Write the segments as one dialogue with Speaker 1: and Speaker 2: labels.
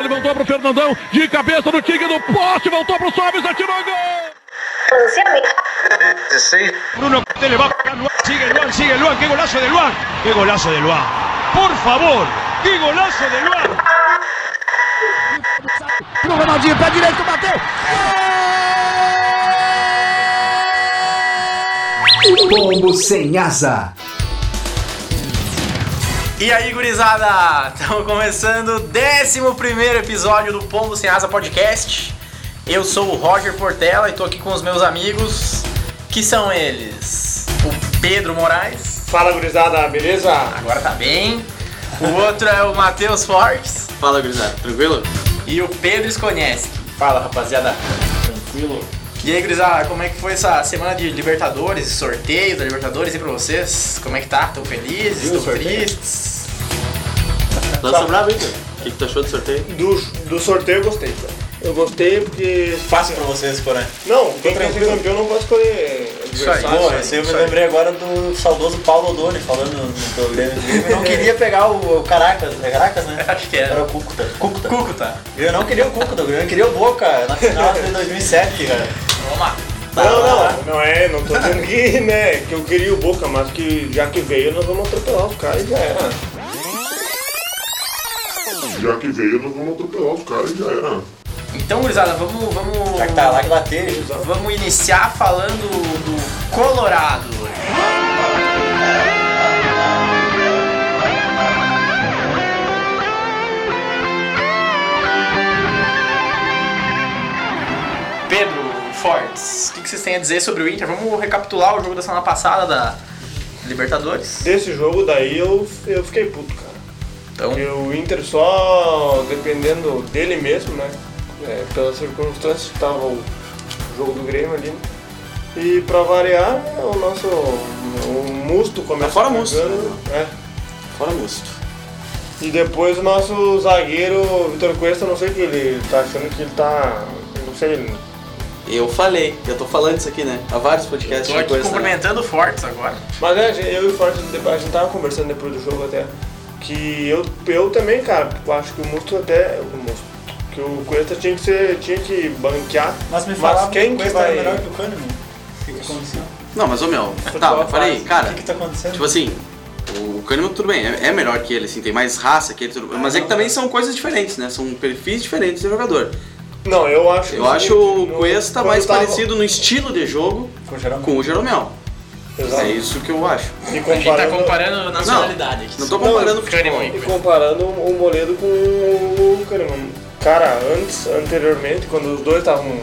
Speaker 1: Ele voltou pro Fernandão, de cabeça do Tigre do poste, voltou pro Sobis, atirou
Speaker 2: gol! 16.
Speaker 3: Bruno le va a Luan, sigue Luan, sigue Luan, qué golazo de Luan, qué golazo de Luan, por favor, qué golazo de Luan.
Speaker 4: Pro Ronaldinho, pé direito, bateu!
Speaker 5: Pombo sem asa.
Speaker 2: E aí, gurizada? Estamos começando o 11 episódio do Pombo Sem Asa Podcast. Eu sou o Roger Portela e estou aqui com os meus amigos, que são eles: o Pedro Moraes.
Speaker 6: Fala, gurizada, beleza?
Speaker 2: Agora tá bem. O outro é o Matheus Fortes.
Speaker 7: Fala, gurizada, tranquilo?
Speaker 2: E o Pedro Esconhece.
Speaker 8: Fala, rapaziada, tranquilo?
Speaker 2: E aí, gurizada, como é que foi essa semana de Libertadores, sorteio da Libertadores e pra vocês? Como é que tá? Tão felizes? Viu, tão tristes?
Speaker 7: Lança brabo, hein, O que, que tu achou do sorteio?
Speaker 6: Do, do sorteio eu gostei, cara. Eu gostei porque.
Speaker 8: Fácil pra você escolher.
Speaker 6: Não, quem quer ser campeão não pode escolher.
Speaker 8: Adversário. Pô, eu me lembrei agora do saudoso Paulo Odoni falando no programa. Ele não queria pegar o, o Caracas, é Caracas, né?
Speaker 2: Acho que era.
Speaker 8: Era o Cúcuta. Cúcuta.
Speaker 2: Cúcuta.
Speaker 8: Eu não queria o Cúcuta, eu queria o Boca na final de 2007, cara.
Speaker 2: Vamos lá.
Speaker 6: Tá, não, não, lá. não é, não tô dizendo que, né, que eu queria o Boca, mas que já que veio nós vamos atropelar os caras e já era.
Speaker 9: Já que veio nós vamos atropelar os caras e já era.
Speaker 2: Então, gurizada, vamos. vamos
Speaker 8: Já que tá lá que bater.
Speaker 2: Vamos iniciar falando do Colorado. Pedro Fortes, o que vocês têm a dizer sobre o Inter? Vamos recapitular o jogo da semana passada da Libertadores.
Speaker 6: Desse jogo daí eu, eu fiquei puto, cara.
Speaker 2: Então...
Speaker 6: Porque o Inter só dependendo dele mesmo, né? É, pelas circunstâncias que estava o jogo do Grêmio ali. Né? E para variar, né, o nosso o Musto começa
Speaker 7: tá fora Musto.
Speaker 6: É.
Speaker 7: Fora Musto.
Speaker 6: E depois o nosso zagueiro Vitor Cuesta, não sei o que ele tá achando que ele tá, não sei, ele...
Speaker 7: Eu falei, eu tô falando isso aqui, né? Há vários podcasts.
Speaker 2: Eu tô aqui cumprimentando o Fortes agora.
Speaker 6: Mas é, eu e o Fortes, a gente tava conversando depois do jogo até, que eu, eu também, cara, acho que o Musto até... O Musto, que o Cuesta tinha que ser, tinha que banquear.
Speaker 8: Mas me fala, mas
Speaker 6: quem
Speaker 8: que
Speaker 6: Cuesta vai...
Speaker 8: é melhor que o Kahneman? O que, que aconteceu?
Speaker 7: né? Não, mas ô meu, tá, mas peraí, cara.
Speaker 8: O que, que tá acontecendo?
Speaker 7: Tipo assim, o Kahneman tudo bem, é, é melhor que ele, assim, tem mais raça que ele, tudo, mas é que também são coisas diferentes, né? São perfis diferentes de jogador.
Speaker 6: Não, eu acho.
Speaker 7: Eu acho o Cuesta mais tava... parecido no estilo de jogo com o Jeromel. Com o Jeromel. Exato. É isso que eu acho.
Speaker 2: E comparando... A gente tá comparando nacionalidade.
Speaker 7: Não, não tô comparando não, o
Speaker 6: futebol. E comparando o Moledo com o Kahneman cara, antes, anteriormente, quando os dois estavam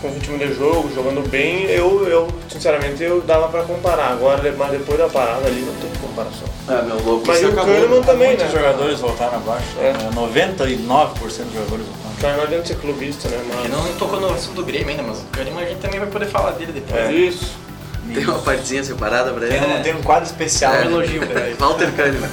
Speaker 6: com ritmo de jogo, jogando bem, eu, eu sinceramente, eu dava pra comparar. Agora, mas depois da parada ali, não tem comparação.
Speaker 7: É, meu louco,
Speaker 6: Mas
Speaker 7: o acabou.
Speaker 6: Kahneman também, Muitos né?
Speaker 8: jogadores voltaram abaixo. É. 99% dos jogadores voltaram.
Speaker 6: Cara, não adianta ser clubista, né? Mas...
Speaker 2: E não tocou no assunto do Grêmio ainda, mas o Kahneman a gente também vai poder falar dele depois. É.
Speaker 6: Isso.
Speaker 7: Tem uma partezinha separada pra ele.
Speaker 8: Tem, um, tem um quadro especial,
Speaker 2: é. um elogio pra ele.
Speaker 7: Walter Kahneman.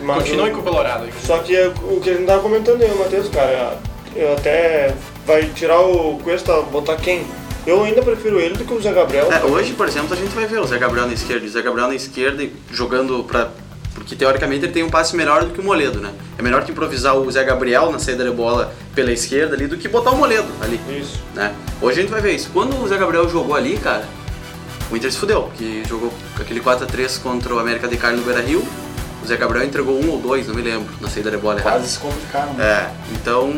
Speaker 2: Mas Continue com o Colorado.
Speaker 6: Só que é o que a gente tava comentando aí, Matheus, cara, eu até vai tirar o Cuesta, botar quem? Eu ainda prefiro ele do que o Zé Gabriel.
Speaker 7: É, hoje, por exemplo, a gente vai ver o Zé Gabriel na esquerda. O Zé Gabriel na esquerda jogando pra. Porque teoricamente ele tem um passe melhor do que o Moledo, né? É melhor que improvisar o Zé Gabriel na saída de bola pela esquerda ali do que botar o Moledo ali.
Speaker 6: Isso.
Speaker 7: Né? Hoje a gente vai ver isso. Quando o Zé Gabriel jogou ali, cara, o Inter se fudeu, que jogou aquele 4x3 contra o América de Cali no Beira Rio. O Zé Gabriel entregou um ou dois, não me lembro, na saída de bola
Speaker 8: errada. Quase se complicaram.
Speaker 7: Né? É, então.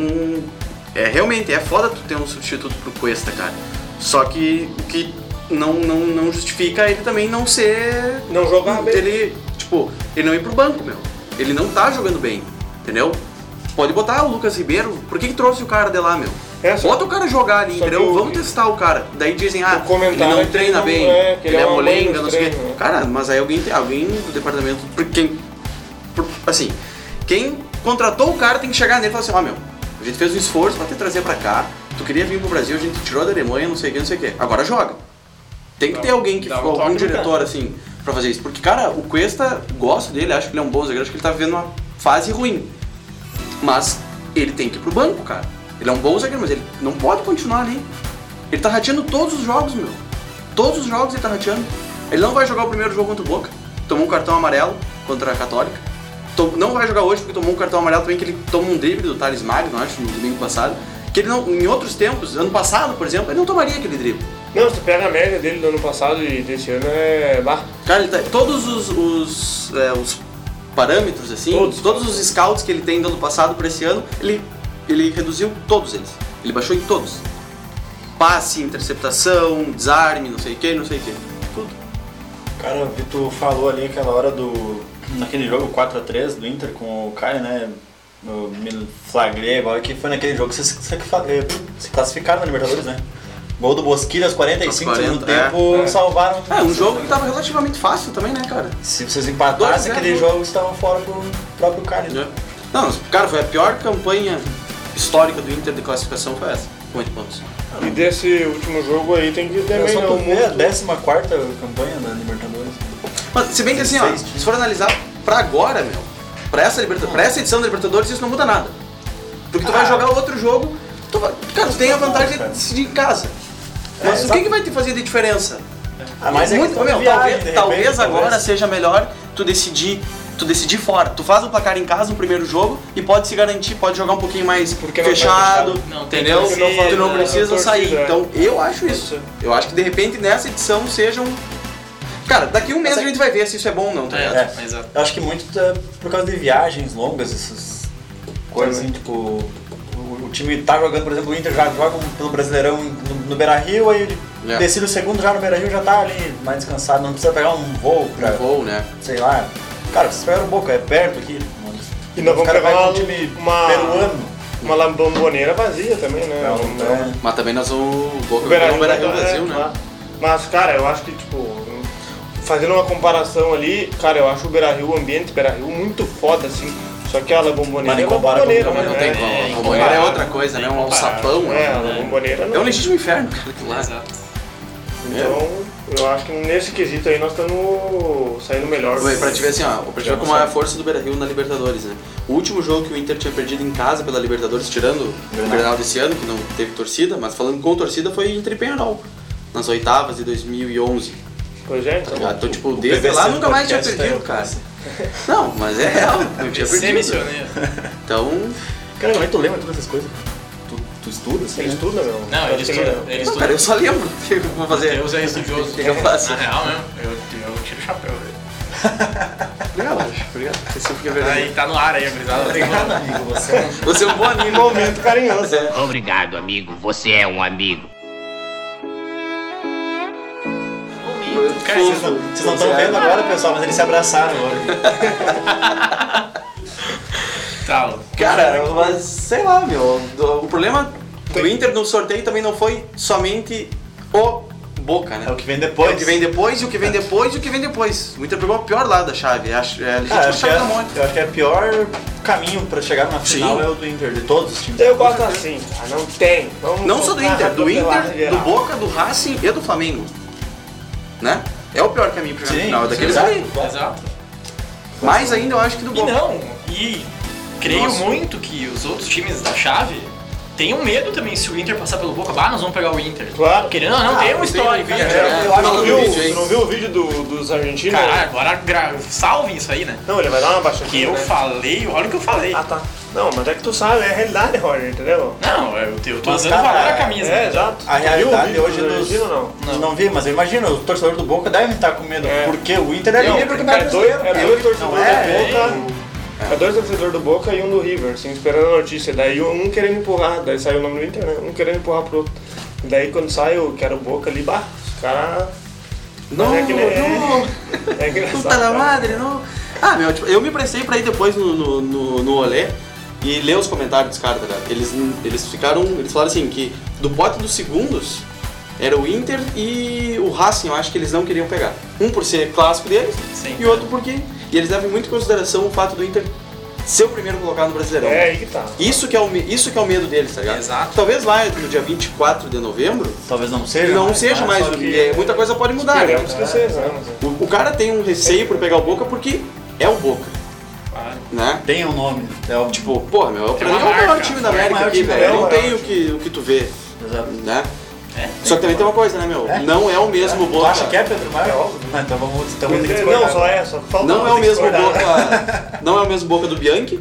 Speaker 7: É, realmente, é foda tu ter um substituto pro Cuesta, cara. Só que o que não, não, não justifica ele também não ser.
Speaker 6: Não jogar bem.
Speaker 7: Ele, tipo, ele não ir pro banco, meu. Ele não tá jogando bem, entendeu? Pode botar o Lucas Ribeiro. Por que, que trouxe o cara de lá, meu?
Speaker 6: É,
Speaker 7: Bota o cara jogar ali, entendeu? Eu... Vamos testar o cara. Daí dizem, ah,
Speaker 2: tipo,
Speaker 7: ele não
Speaker 6: é
Speaker 7: treina
Speaker 6: ele não
Speaker 7: bem,
Speaker 6: é,
Speaker 7: ele é,
Speaker 6: uma
Speaker 7: molenga, não sei o
Speaker 6: quê.
Speaker 7: Né? Cara, mas aí alguém, alguém do departamento. Quem, assim, quem contratou o cara tem que chegar nele e falar assim, ó ah, meu, a gente fez um esforço pra te trazer pra cá, tu queria vir pro Brasil, a gente tirou da Alemanha, não sei o que, não sei o que. Agora joga. Tem que
Speaker 2: Dá-
Speaker 7: ter alguém que
Speaker 2: dá um
Speaker 7: ficou, algum
Speaker 2: toque no
Speaker 7: diretor,
Speaker 2: cara.
Speaker 7: assim, pra fazer isso. Porque, cara, o Cuesta, gosto dele, acho que ele é um bom zagueiro, acho que ele tá vivendo uma fase ruim. Mas ele tem que ir pro banco, cara. Ele é um bom zagueiro, mas ele não pode continuar ali. Ele tá rateando todos os jogos, meu. Todos os jogos ele tá rateando. Ele não vai jogar o primeiro jogo contra o Boca. tomou um cartão amarelo contra a Católica. Tom- não vai jogar hoje porque tomou um cartão amarelo também que ele tomou um drible do Thales Magno, acho, no domingo passado. Que ele não, em outros tempos, ano passado, por exemplo, ele não tomaria aquele drible.
Speaker 6: Não, se tu pega a média dele do ano passado e desse ano é. Bah,
Speaker 7: Cara, ele tá- todos os, os, é, os parâmetros, assim,
Speaker 6: Todos.
Speaker 7: todos. os scouts que ele tem do ano passado para esse ano, ele, ele reduziu todos eles. Ele baixou em todos. Passe, interceptação, desarme, não sei o que, não sei o que. Tudo.
Speaker 8: Cara, o que tu falou ali aquela hora do. naquele jogo 4x3 do Inter com o Caio, né? Eu me flagrei agora que foi naquele jogo que vocês se se classificaram na Libertadores, né? Gol do Bosquilha aos 45
Speaker 7: Aos
Speaker 8: do
Speaker 7: 40,
Speaker 8: segundo tempo, salvaram.
Speaker 7: É, um jogo que tava relativamente fácil também, né, cara?
Speaker 8: Se vocês
Speaker 7: Dois,
Speaker 8: empatassem
Speaker 7: né?
Speaker 8: aquele jogo, vocês estavam fora pro próprio Caio. né?
Speaker 7: Não, mas, cara, foi a pior campanha histórica do Inter de classificação foi essa. Com 8 pontos.
Speaker 6: e desse último jogo aí tem que
Speaker 8: É
Speaker 6: também né? Um
Speaker 8: só
Speaker 6: não
Speaker 8: tu ver a
Speaker 6: muito.
Speaker 8: 14 campanha da Libertadores.
Speaker 7: Mas se bem que assim, ó,
Speaker 8: 16,
Speaker 7: se for analisar pra agora, meu, pra essa, liberta pra essa edição da Libertadores, isso não muda nada. Porque tu vai jogar outro jogo, tu vai, cara, tu tem a vantagem de decidir em casa. Mas o que,
Speaker 8: exato.
Speaker 7: que vai te fazer de diferença?
Speaker 8: Ah, mas é
Speaker 7: Muito,
Speaker 8: questão de
Speaker 7: meu,
Speaker 8: viagem,
Speaker 7: talvez,
Speaker 8: de repente, né?
Speaker 7: talvez agora
Speaker 8: talvez.
Speaker 7: seja melhor tu decidir. Tu decidir fora. Tu faz um placar em casa no primeiro jogo e pode se garantir, pode jogar um pouquinho mais
Speaker 6: Porque não
Speaker 7: fechado,
Speaker 6: vai
Speaker 2: Não, tem
Speaker 7: entendeu?
Speaker 2: torcida,
Speaker 7: tu não
Speaker 6: né?
Speaker 7: precisa
Speaker 6: Torcida,
Speaker 7: sair.
Speaker 6: é.
Speaker 7: Então eu acho isso. Eu acho que de repente nessa edição sejam. Cara, daqui um mês a gente vai ver se isso é bom ou não, tá ligado?
Speaker 8: É.
Speaker 2: Mas, ó,
Speaker 8: Eu acho que muito é por causa de viagens longas, essas coisas assim, tipo. O, o time tá jogando, por exemplo, o Inter já joga um- pelo Brasileirão no, no Beira Rio, aí ele
Speaker 7: É.
Speaker 8: decide o segundo já no Beira Rio, já tá ali mais descansado, não precisa pegar um voo pra.
Speaker 7: Ou, né?
Speaker 8: sei lá. Cara, vocês pegaram o boca, é perto aqui. mano.
Speaker 6: E nós
Speaker 8: Os
Speaker 6: vamos
Speaker 8: cara vai
Speaker 6: pegar
Speaker 8: com
Speaker 6: uma,
Speaker 8: um time
Speaker 6: uma,
Speaker 8: peruano.
Speaker 6: uma lambomboneira vazia também, né?
Speaker 8: Não,
Speaker 6: Não-
Speaker 8: é.
Speaker 7: Mas também nós vamos. O Boca
Speaker 6: O Beira-Rio
Speaker 7: o Beira-Rio
Speaker 6: é,
Speaker 7: Brasil, né?
Speaker 6: mas- Mas, cara, eu acho que, tipo, fazendo uma comparação ali, cara, eu acho o Beira Rio, o ambiente Beira Rio, muito foda, assim. Só que a La Bombonera
Speaker 8: Mas
Speaker 6: é
Speaker 8: nem
Speaker 6: uma
Speaker 8: compara com o Beira
Speaker 6: bomboneira,
Speaker 7: Mas
Speaker 6: né?
Speaker 7: não tem como.
Speaker 6: É,
Speaker 7: O Romero é outra coisa, né? Um alçapão.
Speaker 6: É, a
Speaker 7: né?
Speaker 6: La Bombonera
Speaker 7: É um
Speaker 6: não.
Speaker 7: legítimo inferno, cara, aquilo lá.
Speaker 2: exato.
Speaker 6: Então, eu acho que nesse quesito aí nós estamos saindo melhor.
Speaker 7: Ué, Pra te ver assim, ó, pra te ver como é a força do Beira Rio na Libertadores, né? O último jogo que o Inter tinha perdido em casa pela Libertadores, tirando o Grenal desse ano, que não teve torcida, mas falando com torcida, foi Inter e Penharol, nas oitavas de 2011.
Speaker 6: Pois é, então.
Speaker 7: tá ligado? Então, tipo, desde lá
Speaker 8: BBC
Speaker 7: nunca mais tinha
Speaker 8: podcast,
Speaker 7: perdido,
Speaker 8: é,
Speaker 7: cara. Não, mas é real, não tinha
Speaker 2: Você
Speaker 7: perdido.
Speaker 2: missioneiro.
Speaker 7: Então,
Speaker 8: Cara, como é que tu lembra todas essas coisas? Tu, tu estuda, assim?
Speaker 6: Ele
Speaker 8: né?
Speaker 6: estuda, meu.
Speaker 2: Não, ele
Speaker 6: Acho que
Speaker 2: estuda. Ele
Speaker 7: não,
Speaker 2: estuda.
Speaker 7: cara, eu só lembro o que eu vou fazer.
Speaker 2: Deus é estudioso.
Speaker 7: Eu faço.
Speaker 2: Na real mesmo, eu, eu tiro o chapéu. velho.
Speaker 7: Obrigado, Alex, obrigado. Você sempre que é verdade.
Speaker 2: Aí tá no ar aí, gurizada. Tem que
Speaker 8: Amigo, você é um
Speaker 7: Você é um bom amigo.
Speaker 6: Momento carinhoso.
Speaker 7: É.
Speaker 4: Obrigado, amigo. Você é um amigo.
Speaker 2: Cara,
Speaker 8: Vocês não- vocês não estão vendo agora, pessoal, mas eles se abraçaram agora.
Speaker 2: tal.
Speaker 7: Cara, mas sei lá, meu. do- O problema do Inter no sorteio também não foi somente o Boca, né?
Speaker 8: É o que vem depois.
Speaker 7: É o que vem depois, e o que vem depois, e o que vem depois. O Inter pegou o pior lado da chave. É a, é a legítima
Speaker 8: Cara, acho que é,
Speaker 7: chave da morte.
Speaker 8: eu acho que é o pior caminho pra chegar na final
Speaker 7: Sim.
Speaker 8: é o do Inter, de todos os times.
Speaker 6: Eu gosto assim, cara, não tem. Vamos
Speaker 7: Não só do Inter, do Inter, do
Speaker 6: geral.
Speaker 7: Boca, do Racing e do Flamengo. Né? É o pior caminho pra chegar no
Speaker 8: Sim,
Speaker 7: final, é daqueles
Speaker 8: exato.
Speaker 7: aí.
Speaker 2: Exato.
Speaker 7: Mais ainda eu acho que do
Speaker 2: E
Speaker 7: Boca.
Speaker 2: não, e creio
Speaker 7: Nossa.
Speaker 2: muito que os outros times da chave tenham medo também se o Inter passar pelo Boca. Ah, nós vamos pegar o Inter.
Speaker 6: Claro.
Speaker 2: Querendo ou não, tem um histórico.
Speaker 7: tem,
Speaker 2: né?
Speaker 7: tem.
Speaker 6: Eu acho que
Speaker 7: Fala
Speaker 6: tu
Speaker 7: do
Speaker 6: viu,
Speaker 7: vídeo, hein?
Speaker 6: tu não viu o vídeo do- dos argentinos?
Speaker 2: Cara, agora gra... salvem isso aí, né?
Speaker 6: Não, ele vai dar uma baixadinha.
Speaker 2: Que eu
Speaker 6: né?
Speaker 2: falei, olha o que eu falei.
Speaker 6: Ah, tá. Não, mas é que tu sabe, é a realidade, Roger, entendeu?
Speaker 2: Não, eu, eu tô
Speaker 8: Mas,
Speaker 2: usando
Speaker 8: cara,
Speaker 2: valor à camisa.
Speaker 6: É, exato.
Speaker 8: A
Speaker 6: Tu viu o
Speaker 8: realidade
Speaker 6: vídeo
Speaker 8: hoje
Speaker 6: do
Speaker 8: dos...
Speaker 6: Argentina ou não?
Speaker 8: Não. vi, mas eu imagino, o torcedor do Boca deve estar com medo,
Speaker 6: É.
Speaker 8: porque o Inter é
Speaker 6: Não,
Speaker 8: líder porque não é
Speaker 6: é dois, é
Speaker 8: brasileiro.
Speaker 6: dois torcedores
Speaker 8: é,
Speaker 6: do Boca. É dois torcedores do Boca e um do River, assim, esperando a notícia. Daí um querendo empurrar, daí saiu o nome do Inter, né? Um querendo empurrar pro outro. Daí quando sai o quero Boca ali, bah, os caras.
Speaker 7: Não,
Speaker 6: Mas é que nem-
Speaker 7: não. tá
Speaker 6: É
Speaker 7: Puta
Speaker 6: engraçado.
Speaker 7: da
Speaker 6: cara.
Speaker 7: madre, não. Ah, meu, tipo, eu me prestei pra ir depois no, no, no, no Olé e ler os comentários dos caras, tá ligado? Eles, eles ficaram. Eles falaram assim que do pote dos segundos era o Inter e o Racing, eu acho que eles não queriam pegar. Um por ser clássico deles
Speaker 2: Sim.
Speaker 7: e outro porque. E eles levam muito em consideração o fato do Inter ser o primeiro colocado no Brasileirão.
Speaker 6: É aí que tá.
Speaker 7: Isso que é, o, me- isso que é o medo deles, tá ligado?
Speaker 2: Exato.
Speaker 7: Talvez lá no dia 24 de novembro
Speaker 8: Talvez não seja.
Speaker 7: não
Speaker 8: mas-
Speaker 7: seja
Speaker 8: ah,
Speaker 7: mais
Speaker 8: só
Speaker 7: do
Speaker 8: que-
Speaker 7: que. é, Muita coisa pode mudar, né?
Speaker 6: Esperamos que vocês anos.
Speaker 7: O, o cara tem um receio por pegar o Boca porque é o Boca,
Speaker 2: Claro.
Speaker 7: né?
Speaker 8: Tem um nome, é o tipo.
Speaker 7: Tipo, porra, meu, pra
Speaker 2: uma
Speaker 7: mim é o maior
Speaker 2: marca,
Speaker 7: time da
Speaker 2: é o
Speaker 7: América
Speaker 8: maior
Speaker 7: aqui,
Speaker 8: time da
Speaker 7: velho. Não
Speaker 6: América.
Speaker 7: tem o que, o que tu vê,
Speaker 8: Exato.
Speaker 7: né?
Speaker 2: É?
Speaker 7: Só que também tem uma coisa, né, meu? Não é o mesmo
Speaker 8: Tu
Speaker 7: Boca.
Speaker 8: acha que é Pedro Maia?
Speaker 6: É óbvio.
Speaker 8: Ah, Então vamos, então vamos ter que
Speaker 6: Não,
Speaker 8: discordar.
Speaker 6: só é, só falta
Speaker 7: Não é o
Speaker 6: tem que
Speaker 7: mesmo
Speaker 6: discordar.
Speaker 7: Boca. Não é o mesmo Boca do Bianchi.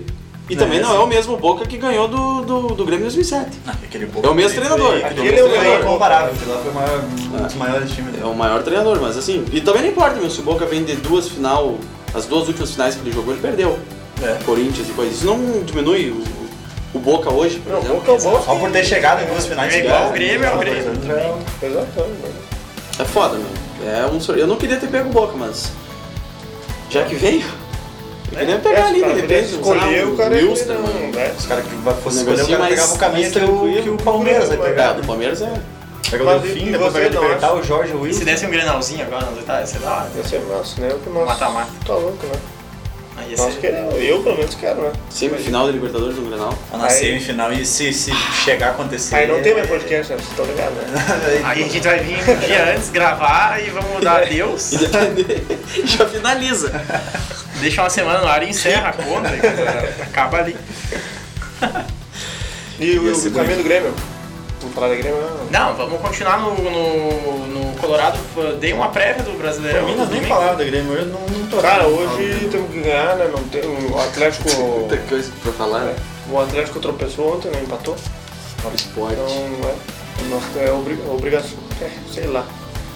Speaker 7: E também
Speaker 8: Não é
Speaker 7: não é o mesmo Boca que ganhou do, do, do Grêmio em 2007.
Speaker 8: Aquele
Speaker 7: É o mesmo treinador.
Speaker 8: Aquele é o melhor
Speaker 6: treinador.
Speaker 8: comparável, porque lá foi o maior, um dos maiores times
Speaker 7: É o maior treinador, mas assim. E também não importa, meu. Se o Boca vem de duas final. As duas últimas finais que ele jogou, ele perdeu.
Speaker 8: É.
Speaker 7: Corinthians e coisa. Isso não diminui o, o Boca hoje, por
Speaker 6: Não,
Speaker 7: exemplo.
Speaker 6: Boca é o Boca.
Speaker 8: Só por ter chegado em duas finais né?
Speaker 2: É igual
Speaker 8: seguidas.
Speaker 2: o Grêmio, é o Grêmio.
Speaker 6: Exatamente. mano.
Speaker 7: É foda, meu. É um sor- Eu não queria ter pego o Boca, mas. Já que veio. Eu queria pegar
Speaker 6: É,
Speaker 7: ali,
Speaker 6: cara, podia
Speaker 7: de repente. sei lá,
Speaker 6: escolher
Speaker 7: um
Speaker 6: o cara é
Speaker 7: Wilson,
Speaker 6: não,
Speaker 7: um-
Speaker 6: né?
Speaker 8: Os caras que vai- fosse
Speaker 7: Um
Speaker 8: escolher, o
Speaker 7: negocinho
Speaker 8: cara
Speaker 7: mais-
Speaker 8: pegava o caminho
Speaker 7: mais
Speaker 8: que o,
Speaker 7: tranquilo.
Speaker 8: que o Palmeiras vai
Speaker 7: É,
Speaker 8: pegar.
Speaker 7: do Palmeiras é.
Speaker 8: Pega o
Speaker 6: Mas e-
Speaker 8: Delfim,
Speaker 6: e
Speaker 8: depois
Speaker 6: você
Speaker 8: pega o
Speaker 6: não
Speaker 8: Libertar,
Speaker 6: acha?
Speaker 8: o Jorge, o
Speaker 2: E se
Speaker 8: Wilson.
Speaker 2: desse um grenalzinho agora nas oitavas, ia ser da hora.
Speaker 6: Ia ser massa, né? O que nós.
Speaker 2: Mata-mata.
Speaker 6: Tá louco, né?
Speaker 2: Aí assim, ia
Speaker 6: Nós
Speaker 2: ser.
Speaker 6: queremos, eu pelo menos quero, né?
Speaker 7: Semifinal da Libertadores no Grenal.
Speaker 8: Ah, Na
Speaker 6: Aí-
Speaker 8: semifinal, e se, se chegar a acontecer.
Speaker 6: Aí não tem mais podcast, né? Vocês estão ligados, né?
Speaker 2: Aí a gente vai vir um dia antes gravar e vamos dar adeus.
Speaker 7: Já finaliza.
Speaker 2: Deixa uma semana no ar e encerra a conta. e coisa- Acaba ali.
Speaker 6: E o,
Speaker 7: Ia ser
Speaker 6: o caminho
Speaker 7: bonito.
Speaker 6: do Grêmio? Vamos falar da Grêmio? não.
Speaker 2: Não, vamos continuar no, no, no Colorado. Dei uma prévia do
Speaker 8: Pra
Speaker 2: Brasileirão.
Speaker 8: mim, nós nem
Speaker 2: Domingo.
Speaker 8: falava da Grêmio, eu não, não tô
Speaker 6: Cara,
Speaker 8: vendo.
Speaker 6: hoje temos que ganhar, né? Não tem, o Atlético.
Speaker 7: Muita coisa pra falar, né?
Speaker 6: o Atlético tropeçou ontem, né? Empatou. Então
Speaker 7: Esporte.
Speaker 6: é. Nossa, é obri- obrigação. É, sei lá.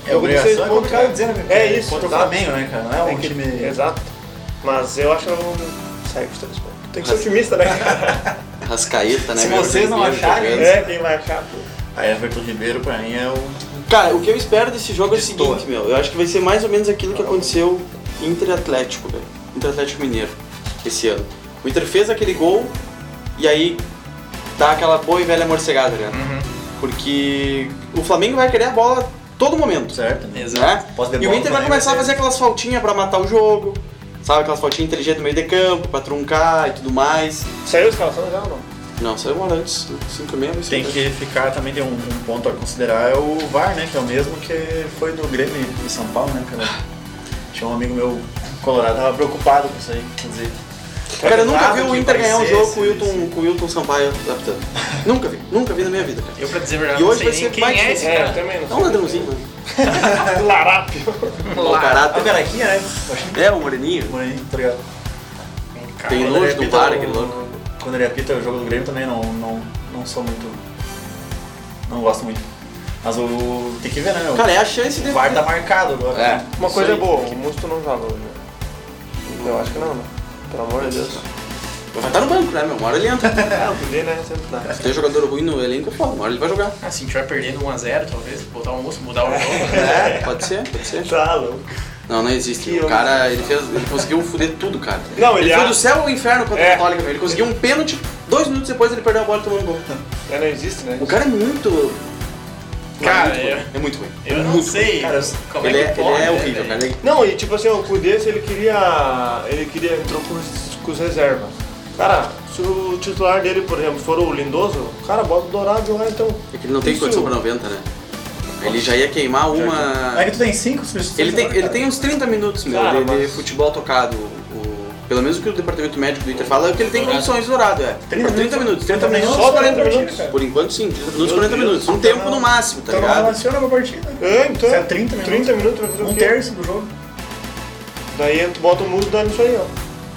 Speaker 8: é obrigação, é complicado dizer, né?
Speaker 6: É isso,
Speaker 8: Contra o
Speaker 6: exato.
Speaker 8: Flamengo, né, cara? Não é
Speaker 6: É
Speaker 8: um
Speaker 6: que-
Speaker 8: time.
Speaker 6: Exato. Mas eu acho que nós vamos sair com os três pontos. Tem que ser otimista, né?
Speaker 7: Rascaeta, né?
Speaker 8: Se
Speaker 7: meu?
Speaker 8: vocês não
Speaker 7: Primeiro
Speaker 8: acharem,
Speaker 7: jogando.
Speaker 6: é, quem vai achar, pô.
Speaker 8: Aí Everton Ribeiro, pra mim, é o.
Speaker 7: Cara, o que eu espero desse jogo é o
Speaker 8: Destoa.
Speaker 7: seguinte, meu. Eu acho que vai ser mais ou menos aquilo que aconteceu Inter e Atlético, velho. Inter e Atlético Mineiro, esse ano. O Inter fez aquele gol e aí dá aquela boa e velha morcegada, né?
Speaker 8: Uhum.
Speaker 7: Porque o Flamengo vai querer a bola a todo momento.
Speaker 8: Certo? né?
Speaker 7: Né?
Speaker 6: É?
Speaker 8: Posse de
Speaker 7: E o
Speaker 8: bola,
Speaker 7: Inter vai
Speaker 8: Flamengo
Speaker 7: começar a
Speaker 8: vai
Speaker 7: fazer aquelas faltinhas pra matar o jogo, sabe? Aquelas faltinhas inteligentes no meio de campo, pra truncar e tudo mais.
Speaker 6: Saiu a escalação já ou não?
Speaker 7: Não, saiu uma hora antes, 5 e meia, mas
Speaker 8: Tem que ficar também, tem um, um ponto a considerar, é o VAR, né? Que é o mesmo que foi do Grêmio em São Paulo, né? Cara? Tinha um amigo meu colorado, tava preocupado com isso aí, quer dizer.
Speaker 7: Cara, eu nunca
Speaker 8: errado
Speaker 7: vi o
Speaker 8: que
Speaker 7: Inter
Speaker 8: vai
Speaker 7: ganhar um
Speaker 8: ser
Speaker 7: jogo
Speaker 8: esse-
Speaker 7: com o Wilton, com o Wilton Sampaio adaptando. nunca vi, nunca vi na minha vida, cara.
Speaker 2: Eu, pra dizer a verdade,
Speaker 7: E
Speaker 2: não
Speaker 7: hoje
Speaker 2: sei
Speaker 7: vai
Speaker 2: nem
Speaker 7: ser
Speaker 2: quem
Speaker 7: mais
Speaker 2: é esse
Speaker 6: É, eu
Speaker 2: cara.
Speaker 6: também não.
Speaker 7: É um ladrãozinho, né?
Speaker 6: Larápio.
Speaker 7: Mau
Speaker 8: Ah, o
Speaker 7: caráter.
Speaker 8: Caraquinha, né? Eu achei
Speaker 7: É, o Moreninho.
Speaker 8: bonito, tá ligado?
Speaker 7: Tem
Speaker 8: Quando
Speaker 6: é
Speaker 7: nojo
Speaker 8: ele
Speaker 7: do
Speaker 8: apita
Speaker 7: VAR,
Speaker 8: o-
Speaker 7: aquele louco.
Speaker 8: Quando ele apita o jogo do Grêmio também não, não, não sou muito. Não gosto muito. Mas o. Tem que ver, né? meu?
Speaker 7: Cara, é a chance de...
Speaker 8: o VAR tá marcado agora.
Speaker 7: É.
Speaker 8: né?
Speaker 6: Uma
Speaker 8: Isso
Speaker 6: coisa
Speaker 8: aí.
Speaker 6: boa, o Musto não joga hoje. né? Eu acho que não, né? Pelo amor de Deus.
Speaker 7: Vai estar no banco, né, meu? Uma hora ele entra.
Speaker 6: Ah, o Kudê, né? Sempre dá.
Speaker 7: Se tem jogador ruim no elenco, pô, uma hora ele vai jogar.
Speaker 2: Ah, se a gente vai perdendo 1x0, talvez, botar o moço, mudar o jogo. né?
Speaker 7: É, pode ser, pode ser.
Speaker 6: Tá louco.
Speaker 7: Não, não existe.
Speaker 6: Que
Speaker 7: O cara, ele, fez, ele conseguiu foder tudo, cara.
Speaker 6: Não, ele
Speaker 7: foi
Speaker 6: a-
Speaker 7: do céu ao inferno contra
Speaker 6: É.
Speaker 7: a Católica, velho. Ele conseguiu um pênalti, dois minutos depois ele perdeu a bola e tomou um gol.
Speaker 6: É, não existe, né?
Speaker 7: O cara é muito...
Speaker 2: Cara,
Speaker 7: é muito ruim.
Speaker 2: eu-
Speaker 7: É
Speaker 2: Eu
Speaker 7: muito ruim.
Speaker 2: não sei
Speaker 8: Cara,
Speaker 2: como
Speaker 7: Ele
Speaker 2: é
Speaker 7: é,
Speaker 2: que
Speaker 7: ele
Speaker 2: pode,
Speaker 7: é
Speaker 2: né,
Speaker 7: horrível,
Speaker 2: velho?
Speaker 7: cara. Ele-
Speaker 6: Não, e tipo assim, o Kudê, se ele queria. Ele queria. entrou com os, com os reservas. Cara, se o titular dele, por exemplo, for o Lindoso, cara, bota o Dourado lá então.
Speaker 7: É que ele não tem
Speaker 6: Isso.
Speaker 7: condição pra 90, né? Ele já ia queimar
Speaker 8: É
Speaker 7: uma.
Speaker 8: que tu tem cinco substituições.
Speaker 7: Ele tem,
Speaker 8: agora,
Speaker 7: ele
Speaker 8: cara.
Speaker 7: tem uns 30 minutos, meu,
Speaker 6: Cara,
Speaker 7: de, de
Speaker 6: mas-
Speaker 7: futebol tocado. O- pelo menos o que o departamento médico do Inter fala é que ele tem condições dourado, é.
Speaker 8: 30
Speaker 7: Pra 30 minutos, 30 minutos,
Speaker 6: Só
Speaker 7: 40
Speaker 6: 40
Speaker 7: minutos.
Speaker 6: minutos.
Speaker 7: Por enquanto sim, 30 minutos,
Speaker 6: Meu
Speaker 7: 40
Speaker 6: Deus,
Speaker 7: minutos. Um
Speaker 8: então
Speaker 7: tempo
Speaker 8: não-
Speaker 7: no máximo, tá
Speaker 8: Então não
Speaker 7: ligado?
Speaker 8: relaciona com a partida.
Speaker 6: É, então.
Speaker 8: Se é 30 minutos.
Speaker 6: 30 minutos pra fazer o
Speaker 8: Um
Speaker 6: quê?
Speaker 8: terço do jogo.
Speaker 6: Daí tu bota o Musto e dá nisso aí, ó.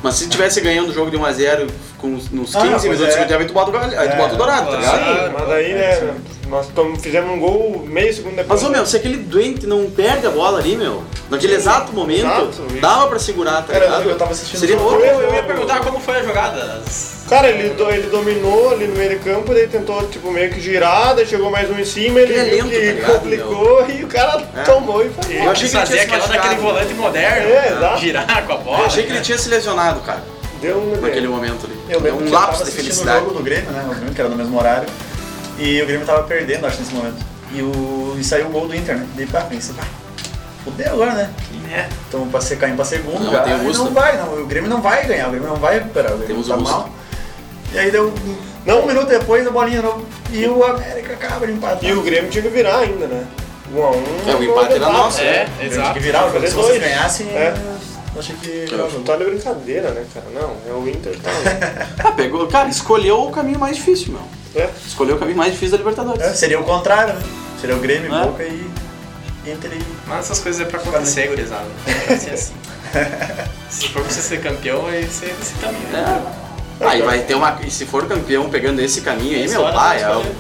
Speaker 7: Mas se tivesse ganhando o jogo de 1x0 com uns uns
Speaker 8: Ah,
Speaker 7: 15
Speaker 8: pois
Speaker 7: minutos do
Speaker 8: é.
Speaker 7: segundo tempo, aí tu bota o Galha- aí tu
Speaker 8: É,
Speaker 7: bota o dourado, tá
Speaker 2: claro.
Speaker 7: ligado?
Speaker 6: Mas daí, né? Nós tom- fizemos um gol meio segundo depois.
Speaker 7: Mas, ô meu, se aquele doente não perde a bola ali, meu, naquele exato momento,
Speaker 6: Exato, isso.
Speaker 7: dava pra segurar, tá
Speaker 8: Cara,
Speaker 7: ligado?
Speaker 8: eu tava assistindo um
Speaker 7: Seria
Speaker 8: o
Speaker 7: outro
Speaker 6: jogo.
Speaker 2: Eu, eu ia perguntar como foi a jogada.
Speaker 6: Cara, ele, do- ele dominou ali no meio de campo, daí tentou, tipo, meio que girar, daí chegou mais um em cima, ele,
Speaker 7: Ele é
Speaker 6: viu
Speaker 7: lento,
Speaker 6: que
Speaker 7: tá ligado,
Speaker 6: complicou e o cara
Speaker 7: É.
Speaker 6: tomou e foi.
Speaker 7: Eu achei que
Speaker 2: fazer
Speaker 7: ele tinha se
Speaker 2: aquela
Speaker 7: machucado.
Speaker 2: daquele volante moderno,
Speaker 6: É, exato.
Speaker 2: girar com a bola.
Speaker 7: Eu achei que ele tinha se lesionado, cara,
Speaker 6: Deu um
Speaker 7: naquele momento ali.
Speaker 8: Eu lembro
Speaker 7: Deu um
Speaker 8: que eu
Speaker 7: lapso
Speaker 8: tava
Speaker 7: de
Speaker 8: assistindo o
Speaker 7: felicidade.
Speaker 8: jogo do Grêmio, né? O Grêmio que era no mesmo horário. E o Grêmio tava perdendo, acho, nesse momento. E, o, e saiu o gol do Inter, né? Daí, pá, pensei, pá, fudeu agora, né?
Speaker 6: é.
Speaker 2: né?
Speaker 8: Então, pra ser caindo pra segundo,
Speaker 7: Não,
Speaker 8: já,
Speaker 7: tem o
Speaker 8: aí
Speaker 7: Musto.
Speaker 8: não vai, não. O Grêmio não vai ganhar, o Grêmio não vai recuperar, o Grêmio
Speaker 7: Temos
Speaker 8: tá
Speaker 7: o Musto.
Speaker 8: mal. E aí deu
Speaker 6: Não.
Speaker 8: um minuto depois a bolinha não. E o América acaba de empatar.
Speaker 6: E o Grêmio tinha que virar ainda, né? Um a um.
Speaker 7: É, o empate era
Speaker 6: levava.
Speaker 7: nosso, né?
Speaker 2: É,
Speaker 8: Tinha que
Speaker 2: exato.
Speaker 8: virar o jogo.
Speaker 6: Fazer
Speaker 8: Se vocês
Speaker 6: dois.
Speaker 8: ganhassem,
Speaker 6: É.
Speaker 8: eu achei que.
Speaker 6: Não tá de brincadeira, né, cara? Não, é o Inter, tá?
Speaker 7: Ah, pegou. Cara, escolheu o caminho mais difícil, meu.
Speaker 6: É.
Speaker 7: Escolheu o caminho mais difícil da Libertadores.
Speaker 8: É, seria o contrário, né? Seria o Grêmio,
Speaker 7: É.
Speaker 8: Boca e Inter e...
Speaker 2: Mas essas coisas é pra acontecer, gurizada. Vai ser assim. Se for pra você ser campeão, aí você, você também. Né?
Speaker 7: É. Ah, e vai ter uma. E se for campeão pegando esse caminho aí, meu
Speaker 2: História,
Speaker 7: pai, é
Speaker 2: história.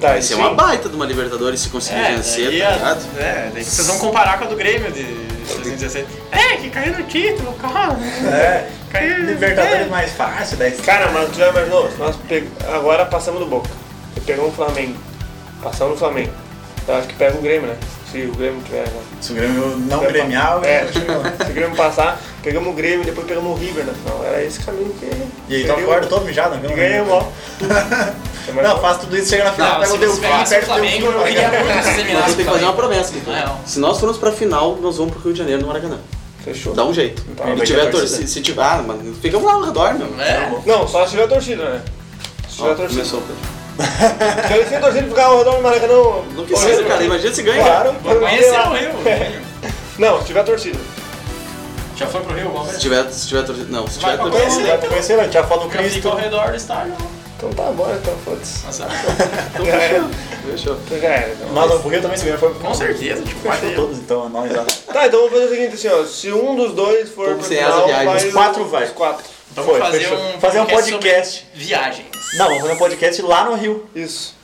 Speaker 6: Tá,
Speaker 7: vai ser uma baita de uma Libertadores se conseguir vencer,
Speaker 2: daí
Speaker 7: tá
Speaker 2: a-
Speaker 7: ligado?
Speaker 2: é, daí vocês vão comparar com a do Grêmio de 2017. É, que caiu no título, calma.
Speaker 8: É,
Speaker 2: Caiu
Speaker 8: Libertadores
Speaker 2: é.
Speaker 8: mais fácil, daí...
Speaker 6: Cara, mas tu já imaginou? se Nós pe- agora passamos do Boca. E pegamos o Flamengo. Passamos no Flamengo. Eu acho que pega o Grêmio, né? Se o Grêmio tiver. né?
Speaker 8: Se o Grêmio não gremial,
Speaker 6: É,
Speaker 8: eu chego lá.
Speaker 6: se o Grêmio passar, pegamos o Grêmio, depois pegamos o River na final. Era esse caminho que.
Speaker 8: E aí tu
Speaker 6: seria o-
Speaker 8: acorda todo mijado, né?
Speaker 6: Ganhamos, ó.
Speaker 8: Não, faz tudo isso, chega na final,
Speaker 2: Não,
Speaker 8: pega
Speaker 2: se
Speaker 8: o Delfim,
Speaker 2: você pegasse o
Speaker 8: perde o
Speaker 2: Flamengo, eu
Speaker 8: Delfim.
Speaker 2: queria muito que você
Speaker 7: Nós
Speaker 2: eliminasse
Speaker 7: temos
Speaker 2: o
Speaker 7: que fazer uma
Speaker 2: Flamengo.
Speaker 7: promessa, então.
Speaker 2: Na real.
Speaker 7: Se nós formos pra final, nós vamos pro Rio de Janeiro no Maracanã.
Speaker 6: Fechou.
Speaker 7: Dá um jeito.
Speaker 8: Tá,
Speaker 7: Se
Speaker 8: vai ter
Speaker 7: tiver
Speaker 8: a torcida.
Speaker 7: torcida, se tiver. Ah, mano, ficamos lá ao redor, meu.
Speaker 2: É,
Speaker 6: Não, só se tiver torcida, né? Se tiver
Speaker 7: Ó,
Speaker 6: torcida.
Speaker 7: começou, Pedro.
Speaker 6: Se eu sem torcida ficar ao redor do Maracanã.
Speaker 7: Não que seja, cara. Imagina se ganha.
Speaker 6: Claro,
Speaker 2: vou
Speaker 6: não tem
Speaker 2: conhecer
Speaker 6: lá.
Speaker 2: o Rio.
Speaker 6: Não, se tiver torcida.
Speaker 2: Já foi pro Rio,
Speaker 7: Se
Speaker 2: Palmeiras?
Speaker 7: tiver, se tiver torcida. Não, se
Speaker 2: Vai
Speaker 7: tiver
Speaker 2: pra
Speaker 7: torcida.
Speaker 2: conhecer,
Speaker 8: Vai tu
Speaker 2: então.
Speaker 8: conhecer, vai tirar foto do
Speaker 2: Já fica
Speaker 8: Cristo.
Speaker 2: ao redor do estádio.
Speaker 6: Então tá, bora, então foda-se.
Speaker 2: Nossa,
Speaker 7: Então,
Speaker 6: Já era.
Speaker 7: Fechou.
Speaker 6: Então já era. Então.
Speaker 8: Nós vamos pro Rio também, se ganhar foi
Speaker 2: com certeza, tipo, vai ter.
Speaker 8: todos, então, nós lá.
Speaker 6: Tá, então vamos fazer o seguinte assim, ó. Se um dos dois for
Speaker 7: Vamos
Speaker 6: pro
Speaker 7: sem essa
Speaker 6: final,
Speaker 7: viagem.
Speaker 6: vai
Speaker 7: Os
Speaker 8: quatro vai.
Speaker 6: Os quatro.
Speaker 2: Então
Speaker 8: Foi,
Speaker 2: vamos fazer
Speaker 8: fechou.
Speaker 2: um
Speaker 8: Fazer um podcast
Speaker 2: sobre Viagens.
Speaker 8: Não, vamos fazer um podcast lá no Rio.
Speaker 6: Isso.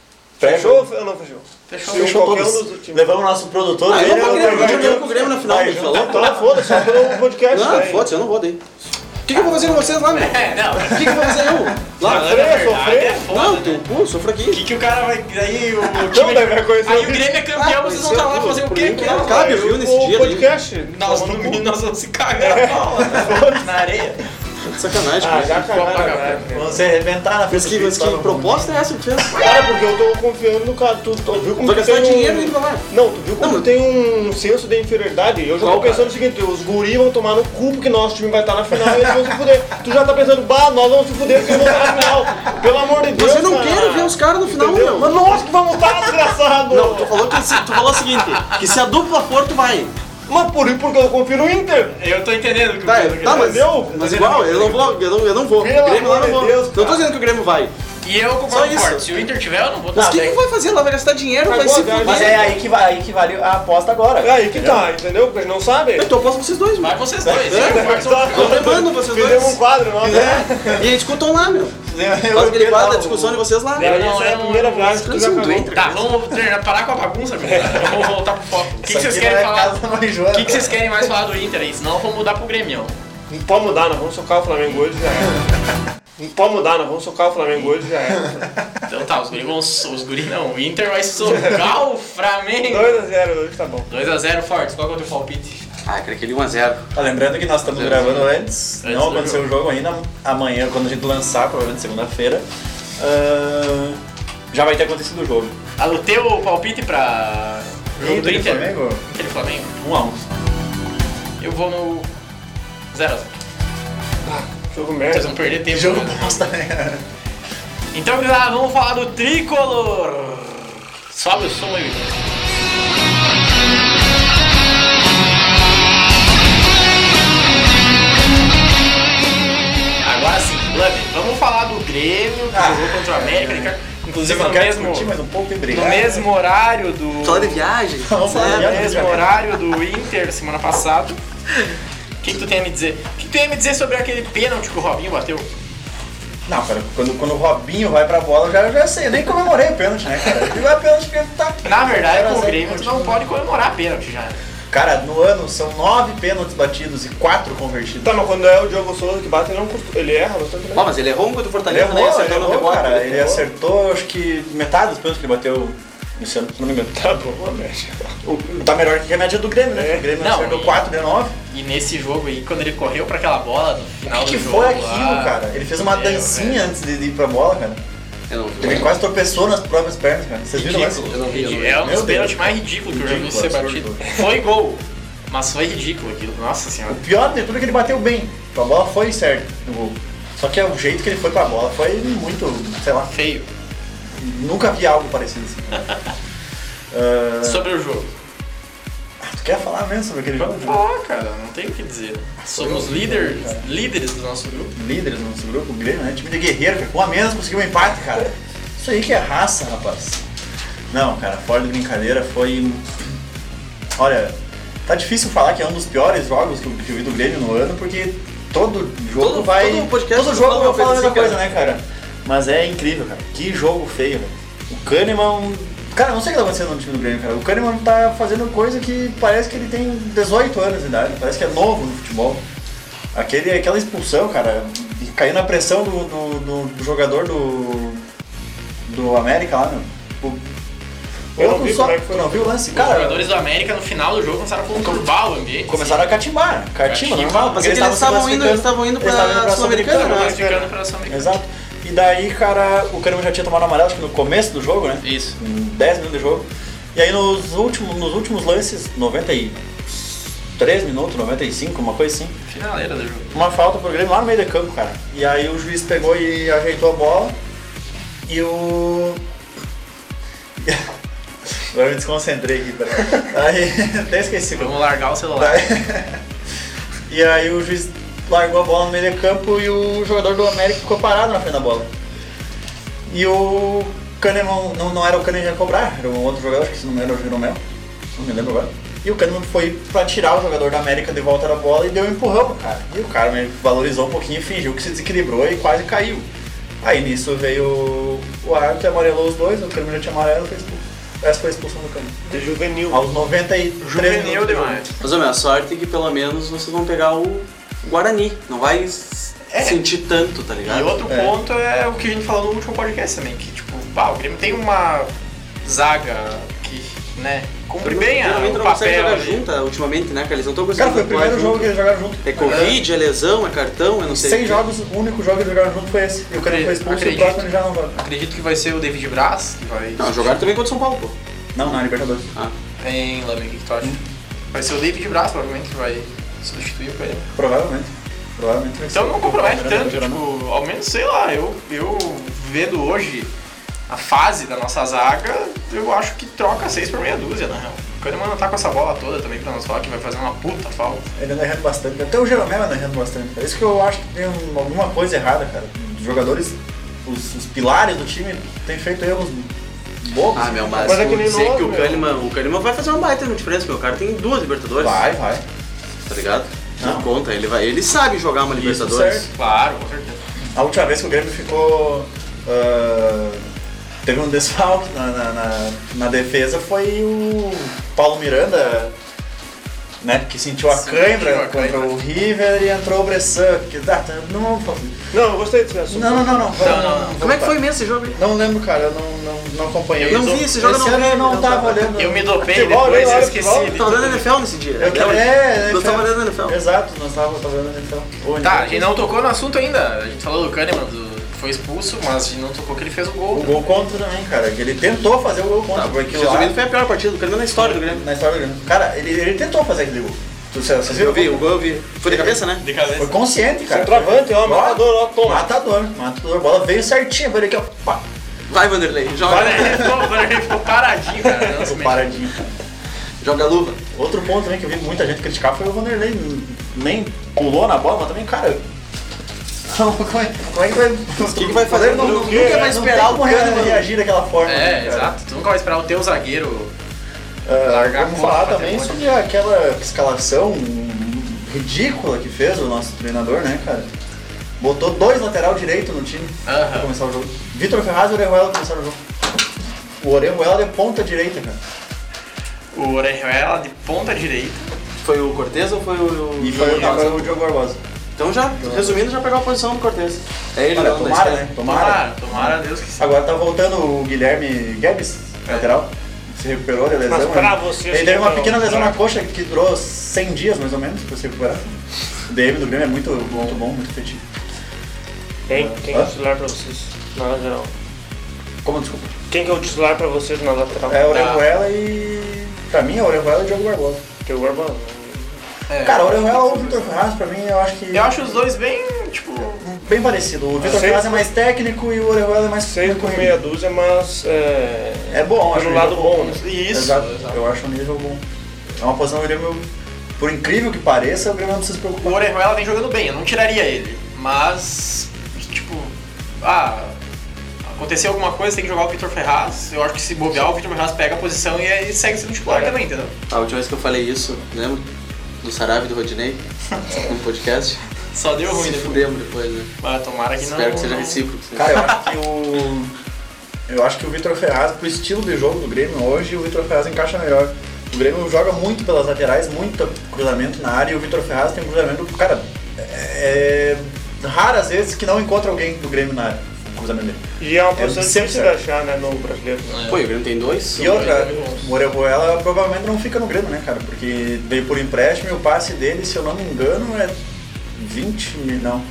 Speaker 8: Pega.
Speaker 6: Fechou ou não fechou?
Speaker 2: Fechou.
Speaker 6: Se um
Speaker 8: Fechou
Speaker 6: qualquer
Speaker 8: todos.
Speaker 6: um dos times.
Speaker 8: Levamos o nosso produtor.
Speaker 7: Ah, eu
Speaker 8: ele
Speaker 7: não vou
Speaker 8: é o
Speaker 2: um
Speaker 7: Grêmio, eu
Speaker 8: Grêmio.
Speaker 7: quero o Grêmio na final,
Speaker 8: Vai,
Speaker 7: ele
Speaker 8: junto.
Speaker 7: falou.
Speaker 6: Então foda-se, só
Speaker 8: um
Speaker 6: pelo podcast.
Speaker 7: Não,
Speaker 6: né?
Speaker 7: foda-se, eu não vou daí. O que, que eu vou fazer com vocês lá, meu? O
Speaker 2: É, não.
Speaker 7: que, que eu vou fazer eu? Lá?
Speaker 6: Sofrer, sofrer.
Speaker 2: É foda,
Speaker 7: Não,
Speaker 2: né?
Speaker 7: teu cu, sofra
Speaker 2: O
Speaker 7: aqui.
Speaker 2: que, que o cara vai. Aí o, o
Speaker 6: Não,
Speaker 2: time.
Speaker 6: daí vai conhecer
Speaker 2: aí
Speaker 6: o
Speaker 2: o Grêmio é
Speaker 8: Ah,
Speaker 2: campeão, vocês vão estar lá fazer o quê?
Speaker 7: Por mim, que não cabe, viu, nesse
Speaker 6: o
Speaker 7: dia daí.
Speaker 6: podcast.
Speaker 2: Nós no mínimo nós vamos se cagar na bola, né? na areia.
Speaker 7: Sacanagem,
Speaker 6: Ah,
Speaker 7: cara.
Speaker 6: já Tá cagaram,
Speaker 2: Copacabana.
Speaker 6: né?
Speaker 8: Vamos se arrebentar na
Speaker 7: Mas que, mas que proposta é essa que tu fez?
Speaker 6: Cara, porque eu tô confiando no cara. Tu, tu viu como
Speaker 7: Vai
Speaker 6: tu
Speaker 7: gastar
Speaker 6: tem
Speaker 7: dinheiro
Speaker 6: um...
Speaker 7: indo pra lá.
Speaker 6: Não, tu viu como
Speaker 7: Não,
Speaker 6: tu tem um senso de inferioridade? Eu já
Speaker 7: Qual,
Speaker 6: tô pensando o seguinte, os guris vão tomar no cu porque nosso time vai estar na final e eles vão se fuder. Tu já tá pensando, bah, nós vamos se fuder porque eles vão estar na final. Pelo amor de Deus,
Speaker 7: Mas eu não
Speaker 6: cara.
Speaker 7: quero ver os caras no final,
Speaker 6: Entendeu? Mas
Speaker 7: meu.
Speaker 6: nós que vamos estar, desgraçado!
Speaker 7: Não, tu falou, que, se- tu falou o seguinte, que se a dupla for, tu vai.
Speaker 6: Mas por isso porque eu confio no Inter.
Speaker 2: Eu tô entendendo o que
Speaker 7: Tá,
Speaker 2: o Pedro
Speaker 7: tá
Speaker 2: quer
Speaker 7: mas,
Speaker 2: dizer.
Speaker 6: Entendeu?
Speaker 7: mas igual, eu não vou, eu não, eu não vou. O
Speaker 6: Pelo
Speaker 7: Grêmio lá
Speaker 6: amor
Speaker 7: não
Speaker 6: de
Speaker 7: vou.
Speaker 6: Deus, Tá,
Speaker 7: Não tô dizendo que o Grêmio vai.
Speaker 2: E eu
Speaker 7: Só
Speaker 2: concordo
Speaker 7: isso.
Speaker 2: forte. Se o Inter tiver, eu não vou
Speaker 7: Mas o
Speaker 2: tá,
Speaker 7: que, que
Speaker 2: daí-
Speaker 7: vai fazer? Ela vai gastar dinheiro, vai
Speaker 6: Agora,
Speaker 7: se
Speaker 6: viagem.
Speaker 8: Mas é aí que, vai, aí que vale a aposta agora.
Speaker 6: É aí que tá, entendeu? Porque a gente não sabe.
Speaker 7: Então eu posso vocês dois, meu.
Speaker 2: Vai vocês dois.
Speaker 7: É,
Speaker 2: eu concordo.
Speaker 7: Eu levando vocês dois.
Speaker 6: Fizemos um quadro, nós, né?
Speaker 7: É, e aí discutam lá, meu. Faz aquele quadro da discussão de vocês lá.
Speaker 2: Eu
Speaker 6: Essa
Speaker 2: não,
Speaker 6: é
Speaker 2: eu
Speaker 6: a
Speaker 2: não-
Speaker 6: primeira viagem que tu já
Speaker 7: Descansa um
Speaker 6: cagou.
Speaker 7: doente.
Speaker 2: Tá, vamos terminar, parar com a bagunça, velho. Vamos voltar pro foco. O que, que vocês
Speaker 8: é
Speaker 2: querem falar? O que, que vocês querem mais falar do Inter aí? Senão eu vou mudar pro Grêmio.
Speaker 6: Não pode mudar, nós vamos socar o Flamengo hoje, já era. Não pode mudar, nós vamos socar o Flamengo hoje, já era.
Speaker 2: Então tá, os guris vão. so- Os guris não. O Inter vai socar o Flamengo.
Speaker 6: 2x0 hoje, tá bom.
Speaker 2: 2x0 fortes. Qual que é o teu palpite?
Speaker 7: Ah, cara, aquele 1x0.
Speaker 8: Tá lembrando que nós estamos gravando antes,
Speaker 2: Antes
Speaker 8: não
Speaker 2: do
Speaker 8: aconteceu o jogo ainda, amanhã quando a gente lançar, provavelmente segunda-feira, ah, já vai ter acontecido o jogo.
Speaker 2: Ah, o teu palpite pra. Jogo do
Speaker 8: Inter e
Speaker 2: Inter?
Speaker 8: Flamengo?
Speaker 2: Inter e Flamengo?
Speaker 8: Um a um.
Speaker 2: Eu vou no. 0x0.
Speaker 6: Jogo
Speaker 2: Vocês
Speaker 6: merda.
Speaker 2: vão perder tempo. Jogo bosta, Então, gurizada, vamos falar do tricolor. Sobe o som aí. Agora sim, Love, vamos falar do Grêmio, que jogou contra o América. né, cara? Inclusive,
Speaker 8: Inclusive,
Speaker 2: no
Speaker 8: eu quero
Speaker 2: mesmo,
Speaker 8: discutir mais um pouco e brigar.
Speaker 2: no mesmo horário do.
Speaker 7: Falar de viagem.
Speaker 8: Vamos falar de
Speaker 7: né?
Speaker 2: No
Speaker 8: viagem.
Speaker 2: mesmo horário do Inter semana passada. O que, que tu tem a me dizer? O que que tu tem a me dizer sobre aquele pênalti que o Robinho bateu?
Speaker 8: Não, cara, quando, quando o Robinho vai pra bola, eu já, eu já sei, eu nem comemorei o pênalti, né, cara? Ele vai pênalti porque ele tá.
Speaker 2: Na verdade, é com o
Speaker 8: Cara,
Speaker 2: Grêmio, tipo, tu não pode comemorar pênalti já. né?
Speaker 8: Cara, no ano são nove pênaltis batidos e quatro convertidos.
Speaker 6: Tá, mas quando é o Diogo Souza que bate, ele não custa. Ele erra bastante. né?
Speaker 7: Ó, mas ele errou um contra o
Speaker 8: Ele
Speaker 7: Fortaleza,
Speaker 8: errou,
Speaker 7: né?
Speaker 8: ele
Speaker 7: Acertou no
Speaker 8: errou,
Speaker 7: rebote.
Speaker 8: cara. Ele
Speaker 6: é
Speaker 7: Ele
Speaker 6: assim.
Speaker 7: errou.
Speaker 8: acertou, acho que metade dos pênaltis que ele bateu nesse ano, se não me engano.
Speaker 6: Tá bom, mexe.
Speaker 8: O- Tá melhor que a média do Grêmio, né? O Grêmio
Speaker 2: Não,
Speaker 8: acertou
Speaker 2: e-
Speaker 8: 4 de 9.
Speaker 2: E nesse jogo aí, quando ele correu pra aquela bola no final
Speaker 8: O que
Speaker 2: do jogo.
Speaker 8: foi
Speaker 2: lá,
Speaker 8: aquilo, cara? Ele fez uma
Speaker 2: meu, é.
Speaker 8: dancinha antes de de ir pra bola, cara.
Speaker 7: Eu não vi.
Speaker 8: Ele quase tropeçou nas próprias pernas, cara. Vocês viram isso?
Speaker 2: Ridículo.
Speaker 7: Eu não vi, eu não vi.
Speaker 2: É um
Speaker 8: Meu
Speaker 2: dos
Speaker 8: Deus.
Speaker 2: pênaltis mais ridículos que eu já vi
Speaker 8: Ridículo,
Speaker 2: ser
Speaker 8: absurdo.
Speaker 2: batido. Foi gol, mas foi ridículo aquilo. Nossa senhora.
Speaker 8: O pior de tudo é que ele bateu bem. A bola foi certa no gol. Só que é o jeito que ele foi pra bola foi muito, sei lá,
Speaker 2: Feio.
Speaker 8: nunca vi algo parecido assim. Ah,
Speaker 2: Sobre o jogo.
Speaker 8: tu quer falar mesmo sobre aquele jogo?
Speaker 2: Vamos falar, cara. Não tem o que dizer. Somos líderes, líderes do nosso grupo.
Speaker 8: Líderes no nosso grupo, o Grêmio, né? Time de guerreiro, cara. Com a menos conseguiu um empate, cara. Isso aí que é raça, rapaz. Não, cara, fora de brincadeira, foi. Olha, tá difícil falar que é um dos piores jogos que eu que eu vi do Grêmio no ano, porque todo jogo
Speaker 7: Todo-
Speaker 8: vai.
Speaker 7: todo podcast
Speaker 8: todo
Speaker 7: eu
Speaker 8: jogo
Speaker 7: falo
Speaker 8: eu falo
Speaker 7: uma
Speaker 8: a
Speaker 7: coisa
Speaker 8: mesma coisa,
Speaker 7: assim,
Speaker 8: né, cara? Mas é incrível, cara. Que jogo feio, velho. O Kahneman. Cara, não sei o que tá acontecendo no time do Grêmio, cara. O Kahneman tá fazendo coisa que parece que ele tem 18 anos de idade, parece que é novo no futebol. Aquele, aquela expulsão, cara, e caiu na pressão do, do- do- do jogador do. do América lá, meu. O-
Speaker 6: Eu não
Speaker 8: Louco
Speaker 6: vi
Speaker 8: só,
Speaker 6: como é que foi.
Speaker 8: tu não viu o lance?
Speaker 2: Os
Speaker 8: Cara,
Speaker 2: jogadores do América no final do jogo começaram a conturbar o ambiente. assim.
Speaker 8: Começaram a catimbar, catima,
Speaker 2: Catimba.
Speaker 8: normal.
Speaker 7: Mas
Speaker 8: porque
Speaker 7: é que eles
Speaker 8: se
Speaker 7: estavam indo-
Speaker 8: classificando-
Speaker 7: eles estavam indo pra
Speaker 8: estavam pra
Speaker 7: Sul-Americana,
Speaker 2: Estavam
Speaker 7: né?
Speaker 2: classificando para a Sul-Americana.
Speaker 8: Exato. E daí, cara, o Kahneman já tinha tomado amarelo, acho que no começo do jogo, né?
Speaker 2: Isso.
Speaker 8: Em 10 minutos de jogo. E aí nos últimos, nos últimos lances, 93 minutos, 95, uma coisa assim,
Speaker 2: Finaleira do jogo.
Speaker 8: uma falta pro Grêmio lá no meio do campo, cara. E aí o juiz pegou e ajeitou a bola. E o. Agora eu me desconcentrei aqui, peraí. Aí, até esqueci.
Speaker 2: Vamos largar o celular.
Speaker 8: Daí- e aí o juiz largou a bola no meio do campo e o jogador do América ficou parado na frente da bola. E o Kahneman, não, não era o Kahneman que ia cobrar, era um outro jogador, acho que se não me engano era o Jeromel, não me lembro agora. E o Kahneman foi pra tirar o jogador da América de volta da bola e deu um empurrão, cara. E o cara meio que valorizou um pouquinho e fingiu que se desequilibrou e quase caiu. Aí nisso veio o- o árbitro, amarelou os dois, o Kahneman já tinha amarelo e foi expulso. Essa foi a expulsão do Kahneman.
Speaker 6: É juvenil.
Speaker 8: Aos 93
Speaker 2: Juvenil
Speaker 8: minutos de jogo.
Speaker 2: demais.
Speaker 7: Mas, ó, meu, a sorte é que pelo menos vocês vão pegar o Guarani. Não vai s-
Speaker 2: É.
Speaker 7: sentir tanto, tá
Speaker 2: E
Speaker 7: ligado?
Speaker 2: outro
Speaker 8: É.
Speaker 2: ponto é o que a gente falou no último podcast também, que tipo, pá, o Grêmio tem uma zaga que, né, cumpre bem a,
Speaker 7: Geralmente
Speaker 2: o
Speaker 7: não consegue
Speaker 2: papel
Speaker 7: jogar
Speaker 2: ali.
Speaker 7: junta ultimamente, né, cara? Eles não estão
Speaker 8: Cara,
Speaker 7: conseguindo
Speaker 8: foi o
Speaker 7: jogar
Speaker 8: primeiro jogo que
Speaker 7: junto.
Speaker 8: eles jogaram junto.
Speaker 7: É Covid, é lesão, é cartão, é não sei. o
Speaker 8: Seis
Speaker 7: quê.
Speaker 8: jogos, o único jogo que eles jogaram junto foi esse. E o cara foi expulso e o
Speaker 2: Acredito.
Speaker 8: próximo ele já não joga.
Speaker 2: Acredito que vai ser o David Braz, que vai
Speaker 7: Não, jogaram também contra o São Paulo, pô.
Speaker 8: Não, não, Libertadores.
Speaker 2: em Lamin, o que que tu acha? Vai ser o David Braz, provavelmente, que vai substituir o ele.
Speaker 8: Provavelmente. Provavelmente vai ser.
Speaker 2: Então não compromete tanto,
Speaker 8: Geralmente.
Speaker 2: tipo, ao menos, sei lá, eu, eu vendo hoje a fase da nossa zaga, eu acho que troca seis por meia dúzia, na real. O Kahneman não tá com essa bola toda também pra nós falar que vai fazer uma puta falta.
Speaker 8: Ele anda errando bastante. Até o Jeromel anda errando bastante. cara. Isso que eu acho que tem um- alguma coisa errada, cara. Os jogadores, os, os pilares do time, têm feito erros bobos.
Speaker 7: Ah, meu, mas,
Speaker 6: Mas é que
Speaker 7: vou
Speaker 6: nem
Speaker 7: dizer
Speaker 6: nós,
Speaker 7: que o
Speaker 6: meu.
Speaker 7: Kahneman, o Kahneman vai fazer uma baita no diferença, meu. O cara tem duas Libertadores,
Speaker 8: Vai, vai.
Speaker 7: tá ligado? Não.
Speaker 8: Não.
Speaker 7: conta, ele, vai, ele sabe jogar uma Libertadores.
Speaker 8: certo.
Speaker 2: Claro, com certeza.
Speaker 8: A última vez que o Grêmio ficou. ah, teve um desfalque na, na, na- na defesa foi o Paulo Miranda, né? Que sentiu a
Speaker 2: Sentiu
Speaker 8: cãibra
Speaker 2: a cãibra.
Speaker 8: contra o River e entrou o Bressan. Que, ah, tá, não, vamos falar.
Speaker 6: Não, eu gostei desse assunto.
Speaker 8: não, não, não, não,
Speaker 2: Não, não, não.
Speaker 7: Como é que foi mesmo esse jogo aí?
Speaker 8: Não lembro, cara, eu não, não, não acompanhei.
Speaker 7: Eu não vi esse jogo,
Speaker 8: esse
Speaker 7: eu não
Speaker 8: ano
Speaker 7: vi,
Speaker 8: eu não
Speaker 7: não
Speaker 8: tava
Speaker 7: tava.
Speaker 8: olhando.
Speaker 2: Eu me dopei
Speaker 8: Futebol,
Speaker 2: depois,
Speaker 8: eu
Speaker 2: eu
Speaker 8: olhava futebol.
Speaker 2: esqueci. de
Speaker 7: Tava
Speaker 2: tudo.
Speaker 7: dando NFL nesse dia.
Speaker 8: Eu tava, é,
Speaker 7: Nós tava olhando NFL.
Speaker 8: Exato, nós tava tava olhando NFL. Ô,
Speaker 2: Tá, a
Speaker 8: Nicolas,
Speaker 2: gente não tocou no assunto ainda. A gente falou do Kahneman, do- que foi expulso, mas a gente não tocou que ele fez o gol.
Speaker 8: O gol contra também, cara, que ele tentou fazer o gol contra.
Speaker 7: Tá,
Speaker 8: porque
Speaker 7: resumindo, foi a pior partida do Kahneman na história do Grêmio.
Speaker 8: Na história do Grêmio. Cara, ele, ele tentou fazer aquele gol. Tu- Vocês vocês viram?
Speaker 7: Eu vi, o gol eu vi. Foi de cabeça, né?
Speaker 2: De cabeça.
Speaker 8: Foi consciente, cara.
Speaker 6: Centroavante, ó,
Speaker 8: Ó,
Speaker 6: matador, ó, toma.
Speaker 8: Matador, né? matador. A bola veio certinho, veio aqui, ó. Pá.
Speaker 7: Vai, Vanderlei,
Speaker 2: Agora
Speaker 7: joga.
Speaker 2: ele É, ficou, agora ele ficou paradinho, cara. Não se
Speaker 8: Ficou
Speaker 2: mexe.
Speaker 8: paradinho.
Speaker 7: Joga a luva.
Speaker 8: Outro ponto também que eu vi muita gente criticar foi o Vanderlei. Nem pulou na bola, mas também, cara. Como é, como é que vai. O
Speaker 7: que que vai fazer?
Speaker 8: Não,
Speaker 7: Nunca
Speaker 8: nunca
Speaker 7: vai
Speaker 8: vai
Speaker 7: esperar
Speaker 8: esperar
Speaker 7: o
Speaker 8: o Kahneman
Speaker 7: Kahneman.
Speaker 8: reagir daquela forma.
Speaker 2: É,
Speaker 8: né, cara?
Speaker 2: exato. Tu nunca vai esperar o teu zagueiro
Speaker 8: Ah,
Speaker 2: Largar
Speaker 8: vamos
Speaker 2: a conta
Speaker 8: falar
Speaker 2: pra
Speaker 8: também
Speaker 2: depois.
Speaker 8: sobre aquela escalação ridícula que fez o nosso treinador, né, cara? Botou dois lateral direito no time pra
Speaker 2: Aham.
Speaker 8: começar o jogo. Vitor Ferraz e Orejuela começaram o jogo. O Orejuela é ponta direita, cara.
Speaker 2: O Orejuela de ponta direita.
Speaker 7: Foi o Cortez ou foi o.
Speaker 8: E foi o, agora o Diogo Barbosa.
Speaker 7: Então já, resumindo, já pegou a posição do Cortez. É ele,
Speaker 8: Olha,
Speaker 7: não, da
Speaker 8: tomara,
Speaker 7: esquerda.
Speaker 8: né? Tomara.
Speaker 2: tomara, Deus que sim.
Speaker 8: Agora tá voltando o Guilherme Guedes, lateral. Se recuperou da lesão.
Speaker 6: Mas pra
Speaker 8: né?
Speaker 6: você,
Speaker 8: Ele teve uma
Speaker 6: não.
Speaker 8: pequena lesão na coxa que durou 100 dias, mais ou menos, pra se recuperar. O DM do Grêmio é muito, muito bom, muito efetivo.
Speaker 6: Tem, quem que é
Speaker 8: Hã?
Speaker 6: o titular pra vocês na lateral?
Speaker 8: Como, desculpa?
Speaker 6: Quem que é o titular pra vocês na lateral?
Speaker 8: É
Speaker 2: Tá.
Speaker 8: Orejuela e. Pra mim, é Orejuela e Diogo Barbosa.
Speaker 6: Porque o Urbano.
Speaker 2: É.
Speaker 8: Cara, Orejuela ou Vitor Ferraz, pra mim, eu acho que.
Speaker 2: eu acho os dois bem, tipo.
Speaker 8: bem parecido. O Vitor
Speaker 6: Sei-
Speaker 8: Ferraz é mais técnico e o Orejuela é mais.
Speaker 6: Seis por meia dúzia, mas. É,
Speaker 8: É bom, acho.
Speaker 6: Pelo
Speaker 8: um
Speaker 6: lado
Speaker 8: nível
Speaker 6: bom, né?
Speaker 2: Isso.
Speaker 8: Exato. Eu acho um nível bom. É uma posição que o Grêmio, por incrível que pareça, o Grêmio não precisa se
Speaker 2: O
Speaker 8: preocupar.
Speaker 2: Orejuela vem jogando bem, eu não tiraria ele. Mas, tipo, ah, Acontecer alguma coisa, tem que jogar o Vitor Ferraz. Eu acho que se bobear, o Vitor Ferraz pega a posição e aí segue sendo titular também, entendeu?
Speaker 7: A última vez que eu falei isso, lembra? Do Sarave e do Rodinei, no podcast.
Speaker 2: Só deu ruim
Speaker 7: Se
Speaker 2: depois.
Speaker 7: fudemos depois, né?
Speaker 2: Mas Ah, tomara que não.
Speaker 7: Espero que seja
Speaker 2: não-
Speaker 7: recíproco.
Speaker 8: Cara, eu acho que o. Eu acho que o Vitor Ferraz, pro estilo de jogo do Grêmio hoje, o Vitor Ferraz encaixa melhor. O Grêmio joga muito pelas laterais, muito cruzamento na área, e o Vitor Ferraz tem um cruzamento. Cara, é. é Raras vezes que não encontra alguém do Grêmio na área. o Cruzamento dele.
Speaker 6: E é uma posição
Speaker 8: sempre
Speaker 6: difícil de achar, né, no brasileiro.
Speaker 7: Pô, e o Grêmio tem dois?
Speaker 8: E outra, o Orejuela provavelmente não fica no Grêmio, né, cara? Porque veio por empréstimo e o passe dele, se eu não me engano, é 20 mil, não.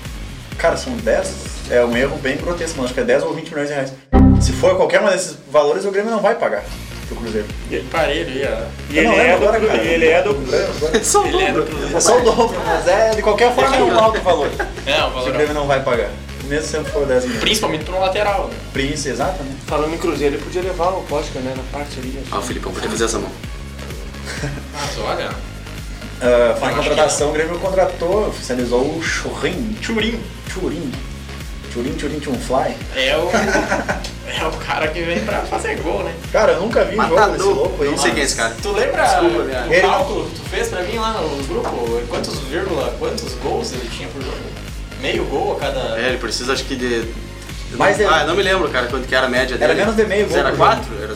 Speaker 8: Cara, são 10, é um erro bem grotesco, mas acho que é 10 ou 20 milhões de reais. Se for qualquer um desses valores, o Grêmio não vai pagar pro Cruzeiro.
Speaker 2: Parelho aí, ó.
Speaker 6: E ele,
Speaker 8: não lembro
Speaker 6: é do,
Speaker 8: agora, cara.
Speaker 6: e ele é do Cruzeiro.
Speaker 2: Ele é do Cruzeiro.
Speaker 8: É só o dobro, mas é, de qualquer forma, é um alto valor. Se
Speaker 2: Não,
Speaker 8: o
Speaker 2: valor.
Speaker 8: Grêmio não vai pagar. Mesmo se for 10 milhões.
Speaker 2: Principalmente pra um lateral. né?
Speaker 8: Prince, exato, né?
Speaker 6: Falando em Cruzeiro, ele podia levar o Posca, né, na parte ali.
Speaker 7: Ah, o Filipão podia fazer essa mão.
Speaker 2: Mas olha.
Speaker 8: Ah, Falando em contratação, o Grêmio contratou, oficializou o Churin.
Speaker 2: Churinho.
Speaker 8: Churin. Churin, Churin, Chum Fly.
Speaker 2: É o. é o cara que vem pra fazer gol, né?
Speaker 8: Cara, eu nunca vi jogo desse louco aí.
Speaker 7: Não sei quem é esse cara.
Speaker 2: Tu lembra
Speaker 7: Desculpa,
Speaker 2: o
Speaker 7: viado.
Speaker 8: Ele-
Speaker 2: cálculo que tu fez pra mim lá no grupo? Quantos vírgula, quantos gols ele tinha por jogo? Meio gol a cada.
Speaker 7: É, ele precisa, acho que de.
Speaker 8: Mas
Speaker 7: ah,
Speaker 8: ele-
Speaker 7: não me lembro, cara, quanto que era a média dele.
Speaker 8: Era menos de meio gol
Speaker 7: Era
Speaker 8: por
Speaker 7: 4? Era 0,4?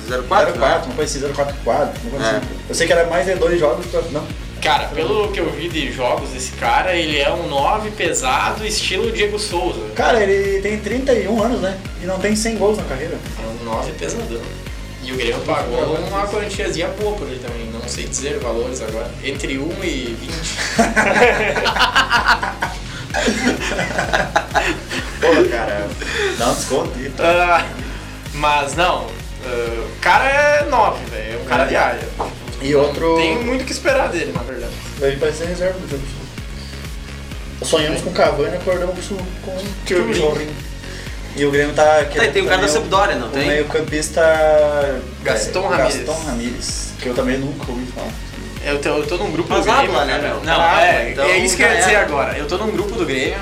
Speaker 8: 04, não foi 044, não
Speaker 7: né? É.
Speaker 8: coisa assim. Eu sei que era mais de dois jogos, pra- não.
Speaker 2: Cara, pelo que eu vi de jogos desse cara, ele é um 9 pesado, estilo Diego Souza.
Speaker 8: Cara, ele tem 31 anos, né? E não tem 100 gols na carreira.
Speaker 2: É um 9 pesadão. E o Grêmio pagou uma quantiazinha boa por ele também, não sei dizer valores agora. Entre 1 e 20.
Speaker 8: Porra, cara. Dá um desconto aí.
Speaker 2: Ah, mas não, ah, o cara é 9, velho, é um cara de área.
Speaker 8: E outro.
Speaker 2: Tem
Speaker 7: um
Speaker 2: muito o que esperar dele, na verdade.
Speaker 8: Ele vai ser reserva do jogo. Sonhamos com o Cavani e acordamos com com o Churin. E o Grêmio tá querendo.
Speaker 7: tem o cara da
Speaker 8: também
Speaker 7: Sampdoria, não
Speaker 8: o
Speaker 7: tem?
Speaker 8: meio-campista.
Speaker 2: Gastão
Speaker 8: é,
Speaker 2: Ramírez.
Speaker 8: Gastão Ramírez, que eu também nunca ouvi falar.
Speaker 2: É, Eu tô, eu tô num grupo
Speaker 7: Mas
Speaker 2: do Grêmio.
Speaker 7: habla, né,
Speaker 2: cara.
Speaker 7: meu?
Speaker 2: Não,
Speaker 7: Habla,
Speaker 2: é,
Speaker 7: então
Speaker 2: é isso que eu ia
Speaker 7: já
Speaker 2: dizer
Speaker 7: era.
Speaker 2: agora. Eu tô num grupo do Grêmio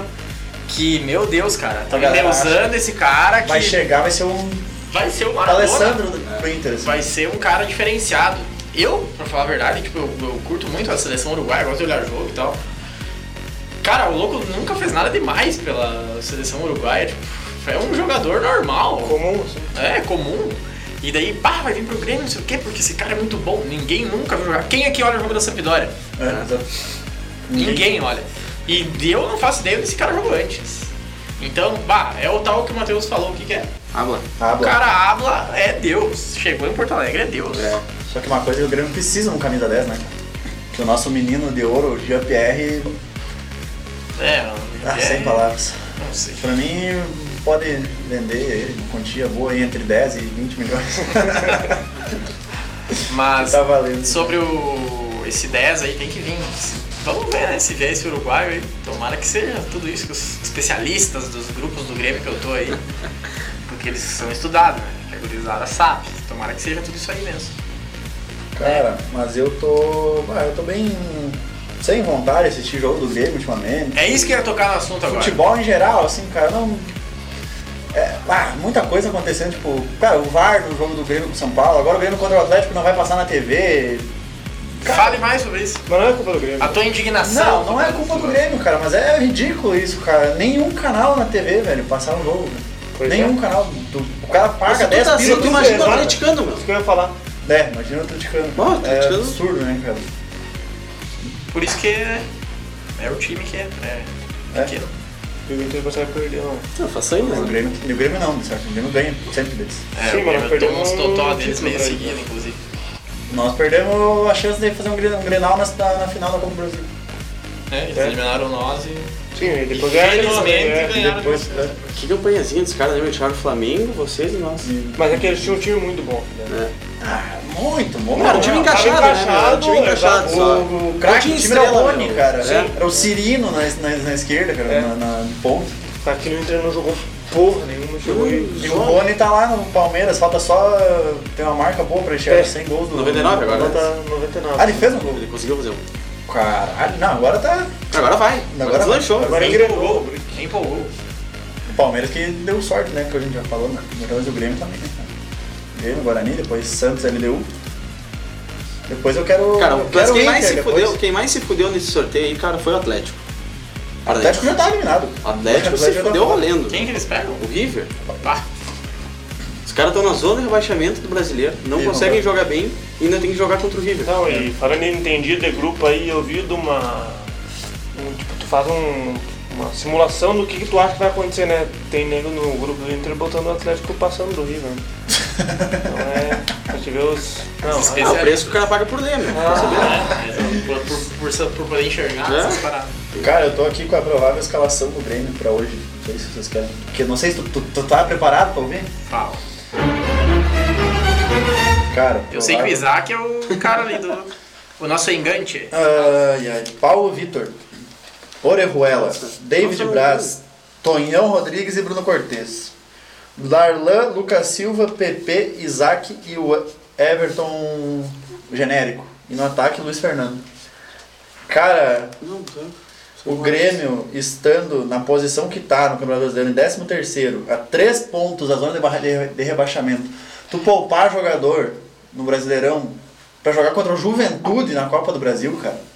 Speaker 2: que, meu Deus, cara, tá
Speaker 8: A galera
Speaker 2: usando esse cara que
Speaker 8: Vai chegar, vai ser um
Speaker 2: vai ser o Maradona.
Speaker 8: Alessandro do Inter. assim.
Speaker 2: Vai ser um cara diferenciado. Eu, pra falar a verdade, tipo, eu, eu curto muito a seleção uruguaia, gosto de olhar jogo e tal. Cara, o louco nunca fez nada demais pela seleção uruguaia. Tipo, é um jogador normal.
Speaker 6: Comum, assim.
Speaker 2: É, comum. E daí, pá, vai vir pro Grêmio, não sei o quê, porque esse cara é muito bom. Ninguém nunca viu jogar. Quem aqui olha o jogo da Sampdoria?
Speaker 8: É, exato.
Speaker 2: Ninguém olha. E eu não faço ideia desse cara jogou antes. Então, bah, é o tal que o Matheus falou, o que, que é?
Speaker 7: Ah, boa.
Speaker 2: O
Speaker 8: Habla.
Speaker 2: cara habla é Deus. Chegou em Porto Alegre, é Deus.
Speaker 8: Só que uma coisa é que o Grêmio precisa no camisa 10, né? Que o nosso menino de ouro, o Jean-Pierre,
Speaker 2: É,
Speaker 8: ah,
Speaker 2: é,
Speaker 8: sem palavras.
Speaker 2: Não sei.
Speaker 8: Pra mim, pode vender ele, uma quantia boa aí entre 10 e 20 milhões.
Speaker 2: Mas
Speaker 8: tá valendo.
Speaker 2: sobre o esse 10 aí tem que vir. Vamos ver, né? Se vier esse uruguaio aí, tomara que seja tudo isso que os especialistas dos grupos do Grêmio que eu tô aí, porque eles são estudados, né? Que a gurizada sabe. Tomara que seja tudo isso aí mesmo.
Speaker 8: Cara, mas eu tô. ah, eu tô bem sem vontade de assistir jogo do Grêmio ultimamente.
Speaker 2: É isso que eu ia tocar no assunto agora.
Speaker 8: Futebol em geral, assim, cara, não. é, ah, muita coisa acontecendo, tipo, cara, o VAR no jogo do Grêmio com o São Paulo, agora o Grêmio contra o Atlético não vai passar na TV.
Speaker 2: Fale mais sobre isso.
Speaker 6: Mas não é culpa do Grêmio.
Speaker 2: A tua indignação.
Speaker 8: Não, não é culpa do Grêmio, cara, mas é ridículo isso, cara. Nenhum canal na TV, velho, passar um jogo.
Speaker 6: Pois
Speaker 8: Nenhum
Speaker 6: é.
Speaker 8: canal. Tu- o cara paga
Speaker 7: tu
Speaker 8: 10
Speaker 7: tá
Speaker 8: pila
Speaker 7: assim,
Speaker 8: do
Speaker 7: tu imagina
Speaker 8: Grêmio,
Speaker 7: eu
Speaker 8: cara.
Speaker 7: criticando, meu.
Speaker 6: Isso que eu ia falar.
Speaker 8: É, imagina eu criticando.
Speaker 7: Pô, tô
Speaker 8: é
Speaker 7: criticando.
Speaker 8: absurdo, né, cara?
Speaker 2: Por isso que é, é o time que é, é
Speaker 8: É.
Speaker 2: pequeno.
Speaker 6: E o Inter consegue perder, não.
Speaker 7: Não, faça aí,
Speaker 8: O
Speaker 7: mano.
Speaker 8: Grêmio, e o Grêmio não, certo? O Grêmio ganha sempre deles.
Speaker 2: É,
Speaker 6: Sim,
Speaker 2: o
Speaker 6: mas
Speaker 2: Grêmio
Speaker 6: perdeu
Speaker 2: tomou uns
Speaker 6: um
Speaker 2: totó deles
Speaker 6: título
Speaker 2: meio
Speaker 6: pra ele,
Speaker 2: seguido,
Speaker 6: né?
Speaker 2: inclusive.
Speaker 8: Nós perdemos a chance de fazer um gre- um Grenal na, na, na final da Copa do Brasil.
Speaker 2: É, eles
Speaker 6: É.
Speaker 2: eliminaram nós e
Speaker 6: Sim, e depois ganharam eles também,
Speaker 2: Infelizmente,
Speaker 6: é.
Speaker 2: ganharam. Ganharam
Speaker 8: Depois,
Speaker 2: de
Speaker 8: né?
Speaker 7: Que campanhazinha dos caras, né? meu? Tiraram o Flamengo, vocês e nós.
Speaker 6: Mas é que eles tinham um time muito bom. né?
Speaker 8: Ah, muito bom.
Speaker 7: Cara, o time
Speaker 6: não, tava
Speaker 7: encaixado, né? meu? O time
Speaker 6: encaixado,
Speaker 7: encaixado só.
Speaker 8: O, o craque
Speaker 7: Tinha
Speaker 8: do time era o
Speaker 7: estrela,
Speaker 8: Rony,
Speaker 7: meu.
Speaker 8: cara.
Speaker 7: É.
Speaker 8: Era o Cirino na, na, na esquerda, cara,
Speaker 6: É.
Speaker 8: na, na no ponto.
Speaker 6: Tá Aqui no Inter não jogou porra nenhuma, chegou
Speaker 8: E
Speaker 6: e...
Speaker 8: o Rony tá lá no Palmeiras, falta só. Tem uma marca boa pra ele chegar
Speaker 6: É.
Speaker 8: a 100 gols do
Speaker 7: 99 agora. né?
Speaker 6: Nota
Speaker 8: Ah,
Speaker 6: 99.
Speaker 8: ele fez um gol.
Speaker 7: Ele conseguiu fazer um.
Speaker 8: Caralho, não, agora tá.
Speaker 7: Agora vai. Agora
Speaker 8: Agora vai.
Speaker 7: deslanchou.
Speaker 6: Agora
Speaker 2: Quem
Speaker 6: engrenou.
Speaker 2: empolgou. Quem empolgou.
Speaker 8: Palmeiras que deu sorte, né? Que a gente já falou, né? Primeira vez o Grêmio também, né? cara? Grêmio, Guarani, depois Santos, LDU. Depois eu quero.
Speaker 7: Cara,
Speaker 8: eu
Speaker 7: mas
Speaker 8: quero
Speaker 7: quem
Speaker 8: o
Speaker 7: mais,
Speaker 8: Inter
Speaker 7: se
Speaker 8: depois.
Speaker 7: fudeu, quem mais se fudeu nesse sorteio aí, cara, foi o Atlético.
Speaker 8: O Atlético já tá eliminado.
Speaker 7: O Atlético se
Speaker 8: já tá
Speaker 7: fudeu
Speaker 8: fora.
Speaker 7: valendo. né?
Speaker 2: Quem que eles pegam?
Speaker 7: O River. Os caras estão na zona de rebaixamento do brasileiro, não
Speaker 8: Ih,
Speaker 7: conseguem jogar bem e ainda tem que jogar contra o River.
Speaker 8: Tá,
Speaker 7: Ah,
Speaker 6: Não, e falando em entendido de grupo aí, eu vi de uma. um, tipo, tu faz um- uma simulação do que, que tu acha que vai acontecer, né? Tem nego no grupo do Inter botando o Atlético passando do River. né? Então é. A gente vê os. Não, aí-
Speaker 7: Ah,
Speaker 8: é
Speaker 7: o preço que o cara paga por Leme.
Speaker 8: Ah.
Speaker 2: Por, por, por, por poder enxergar
Speaker 7: É?
Speaker 2: essas paradas.
Speaker 8: Cara, eu tô aqui com a provável escalação do Grêmio pra hoje. Não sei se vocês querem. Porque não sei se tu, tu, tu tá preparado pra ouvir?
Speaker 2: Fala.
Speaker 8: Cara,
Speaker 2: Eu sei que o
Speaker 8: provável-
Speaker 2: Isaac é o cara ali do. O nosso engante.
Speaker 8: Ai, ai. Paulo Vitor, Orejuela, David Braz, Tonhão Rodrigues e Bruno Cortes. Darlan, Lucas Silva, PP, Isaac e o Everton genérico. E no ataque, Luiz Fernando. Cara, o Grêmio estando na posição que está no Campeonato Brasileiro, em 13 terceiro, a 3 pontos da zona de, barra- de- de rebaixamento, tu poupar jogador no Brasileirão pra jogar contra o Juventude na Copa do Brasil, cara,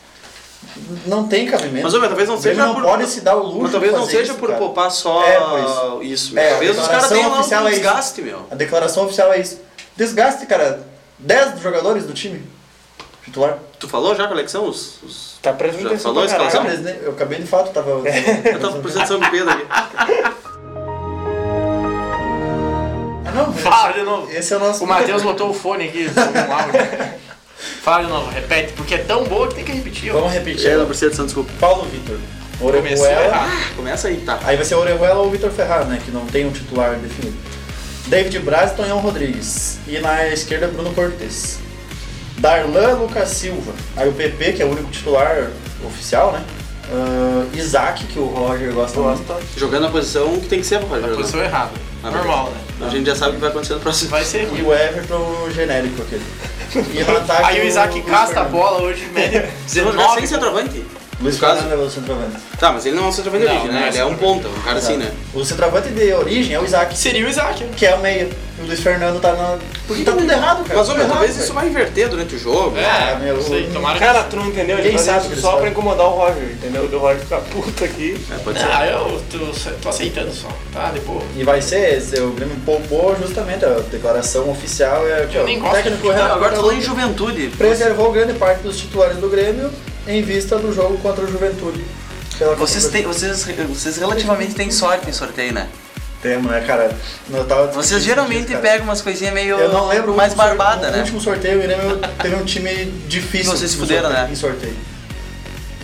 Speaker 8: não tem cabimento.
Speaker 7: Mas, ô, meu, talvez não
Speaker 8: O Grêmio
Speaker 7: seja
Speaker 8: não
Speaker 7: por-
Speaker 8: pode se dar o luxo
Speaker 7: Mas talvez
Speaker 8: de
Speaker 7: não
Speaker 8: fazer
Speaker 7: seja
Speaker 8: isso,
Speaker 7: por
Speaker 8: cara.
Speaker 7: poupar só
Speaker 8: É, pois.
Speaker 7: isso.
Speaker 8: É,
Speaker 7: meu. talvez
Speaker 8: a
Speaker 7: os caras
Speaker 8: declaração
Speaker 7: tenham lá
Speaker 8: oficial
Speaker 7: um
Speaker 8: é isso.
Speaker 7: desgaste, meu.
Speaker 8: A declaração oficial é isso. Desgaste, cara. 10 jogadores do time titular.
Speaker 7: Tu falou já, Colexão? Os, os...
Speaker 6: Tá preso
Speaker 7: Já
Speaker 6: no intenção
Speaker 7: falou
Speaker 6: pra
Speaker 7: a
Speaker 8: Ah,
Speaker 7: escalação?
Speaker 6: caralho.
Speaker 8: mas, né, eu acabei de fato, tava.
Speaker 7: Eu tava processando o Pedro ali.
Speaker 8: Ah, não, mas
Speaker 2: Fala de novo.
Speaker 8: Esse é o nosso.
Speaker 2: O Matheus botou o fone aqui, tomou um áudio. Fala de novo, repete, porque é tão boa que tem que repetir. ó.
Speaker 8: Vamos repetir.
Speaker 7: É, não precisa de desculpa.
Speaker 8: Paulo Vitor.
Speaker 2: Começou
Speaker 8: Orejuela.
Speaker 2: errado.
Speaker 7: Começa aí, tá.
Speaker 8: Aí vai ser Orejuela ou Vitor Ferrari, né? Que não tem um titular definido. David Braz e Tonhão Rodrigues. E na esquerda, Bruno Cortes. Darlan Lucas Silva. Aí o PP, que é o único titular oficial, né? Ah, Isaac, que o Roger gosta muito.
Speaker 7: Jogando a posição que tem que ser, rapaz. jogar.
Speaker 2: Posição errada. Normal, né?
Speaker 7: A gente já sabe o que vai acontecer no próximo.
Speaker 2: Vai ser
Speaker 8: E
Speaker 2: ruim.
Speaker 8: o Everton genérico aquele. E no ataque.
Speaker 2: Aí o Isaac
Speaker 8: Luiz
Speaker 2: casta a
Speaker 8: Fernando.
Speaker 2: bola hoje, média
Speaker 7: Ele vai jogar sem
Speaker 2: 19.
Speaker 7: centroavante?
Speaker 8: Luiz
Speaker 7: No caso-
Speaker 8: Fernando é o centroavante.
Speaker 7: Tá, mas ele não é um centroavante de
Speaker 2: Não,
Speaker 7: origem,
Speaker 2: não é
Speaker 7: né? Ele é um ponta, um cara assim, né?
Speaker 8: O centroavante de origem é o Isaac,
Speaker 2: Seria o Isaac, né?
Speaker 8: que é o meia. E o Luiz Fernando tá na. Porque tá tudo errado, cara.
Speaker 7: Mas, ô,
Speaker 8: Tudo
Speaker 7: meu, talvez
Speaker 8: errado,
Speaker 7: isso vai inverter durante o jogo.
Speaker 2: É,
Speaker 8: Ah, meu,
Speaker 2: sei, tomara que.
Speaker 6: Cara, tu não entendeu? Ele
Speaker 8: Ninguém
Speaker 6: faz
Speaker 8: sabe
Speaker 6: isso
Speaker 8: que eles
Speaker 6: só pra
Speaker 8: fazem.
Speaker 6: incomodar o Roger, entendeu? O Roger fica puto aqui.
Speaker 7: É, pode ser.
Speaker 2: Ah, eu tô, tô aceitando só, tá? Depois.
Speaker 8: E vai ser esse, o Grêmio poupou justamente, a declaração oficial é que ó,
Speaker 2: Eu nem
Speaker 8: o
Speaker 2: gosto de
Speaker 8: técnico
Speaker 2: futebol,
Speaker 8: Renato
Speaker 7: Agora falando em
Speaker 8: Gaúcho
Speaker 7: juventude.
Speaker 8: preservou grande parte dos titulares do Grêmio em vista do jogo contra o Juventude. Pela
Speaker 10: Vocês,
Speaker 8: Copa do
Speaker 10: têm, vocês, vocês relativamente têm sorte em sorteio, né?
Speaker 8: Brasil. Temos, né, cara? Eu tava discutindo
Speaker 10: Vocês
Speaker 8: isso,
Speaker 10: geralmente
Speaker 8: cara.
Speaker 10: pegam umas coisinhas meio
Speaker 8: Eu não lembro o
Speaker 10: mais
Speaker 8: último sorteio-
Speaker 10: barbada,
Speaker 8: O
Speaker 10: né?
Speaker 8: último sorteio, o Grêmio teve um time difícil.
Speaker 10: Vocês se
Speaker 8: no
Speaker 10: fuderam,
Speaker 8: sorteio-
Speaker 10: né?
Speaker 8: Em sorteio.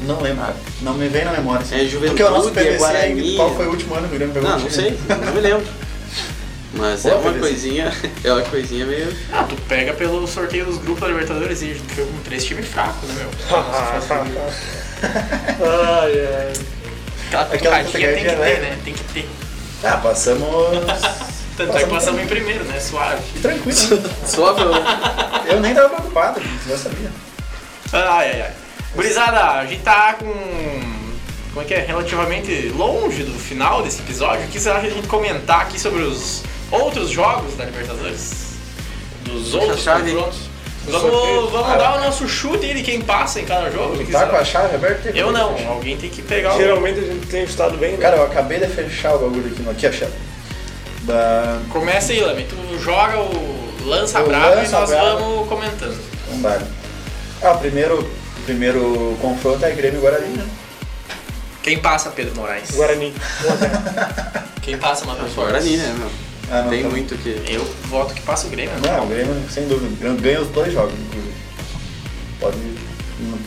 Speaker 8: Não lembro, cara. Não me vem na memória. assim.
Speaker 7: É Juventude,
Speaker 8: Porque o nosso
Speaker 7: é
Speaker 8: PVC,
Speaker 7: Guarani.
Speaker 8: qual foi o último ano que o Grêmio pegou
Speaker 7: Não,
Speaker 8: um
Speaker 7: não
Speaker 8: time?
Speaker 7: sei, não me lembro. Mas é
Speaker 8: Boa,
Speaker 7: uma
Speaker 8: beleza.
Speaker 7: coisinha, é uma coisinha meio.
Speaker 2: Ah, tu pega pelo sorteio dos grupos da Libertadores e tu pegou com três times fracos, né, meu? um
Speaker 6: ai, ai.
Speaker 2: Aquela
Speaker 8: Aquela
Speaker 2: cutucadinha tem que
Speaker 8: cutucadinha,
Speaker 2: ter, né? Tem que ter.
Speaker 8: Ah, passamos...
Speaker 2: Tanto é que passamos em primeiro, né? Suave.
Speaker 8: Tranquilo, né?
Speaker 7: Só meu.
Speaker 8: Eu nem tava preocupado, eu sabia.
Speaker 2: Ai, ai, ai. Gurizada, a gente tá com. Como é que é? Relativamente longe do final desse episódio. O que será que a gente comentar aqui sobre os outros jogos da Libertadores? Dos outros
Speaker 7: chave.
Speaker 2: confrontos?
Speaker 6: sorteio.
Speaker 2: Vamos, vamos dar o nosso chute aí de quem passa em cada jogo? que
Speaker 8: Tá
Speaker 2: será?
Speaker 8: com a chave aberta?
Speaker 2: Eu não, alguém tem que pegar o.
Speaker 6: Geralmente a gente tem estado bem, né?
Speaker 8: Cara, eu acabei de fechar o bagulho aqui, não. aqui a chave. Da...
Speaker 2: Começa aí, Lame. Tu joga o lança a
Speaker 8: Eu
Speaker 2: brava e
Speaker 8: lanço a
Speaker 2: nós
Speaker 8: brava.
Speaker 2: vamos comentando.
Speaker 8: Vamos lá. um Ah, o primeiro, o primeiro confronto é Grêmio e Guarani, né?
Speaker 2: Quem passa, Pedro Moraes?
Speaker 6: Guarani.
Speaker 2: Quem passa, Matheus Fortes?
Speaker 7: Guarani, né, meu?
Speaker 8: Ah, não,
Speaker 7: Tem
Speaker 8: tá bom.
Speaker 7: muito que.
Speaker 2: Eu voto que passa o Grêmio. né?
Speaker 8: Não, o Grêmio, sem dúvida. O Grêmio ganha os dois jogos, inclusive. Pode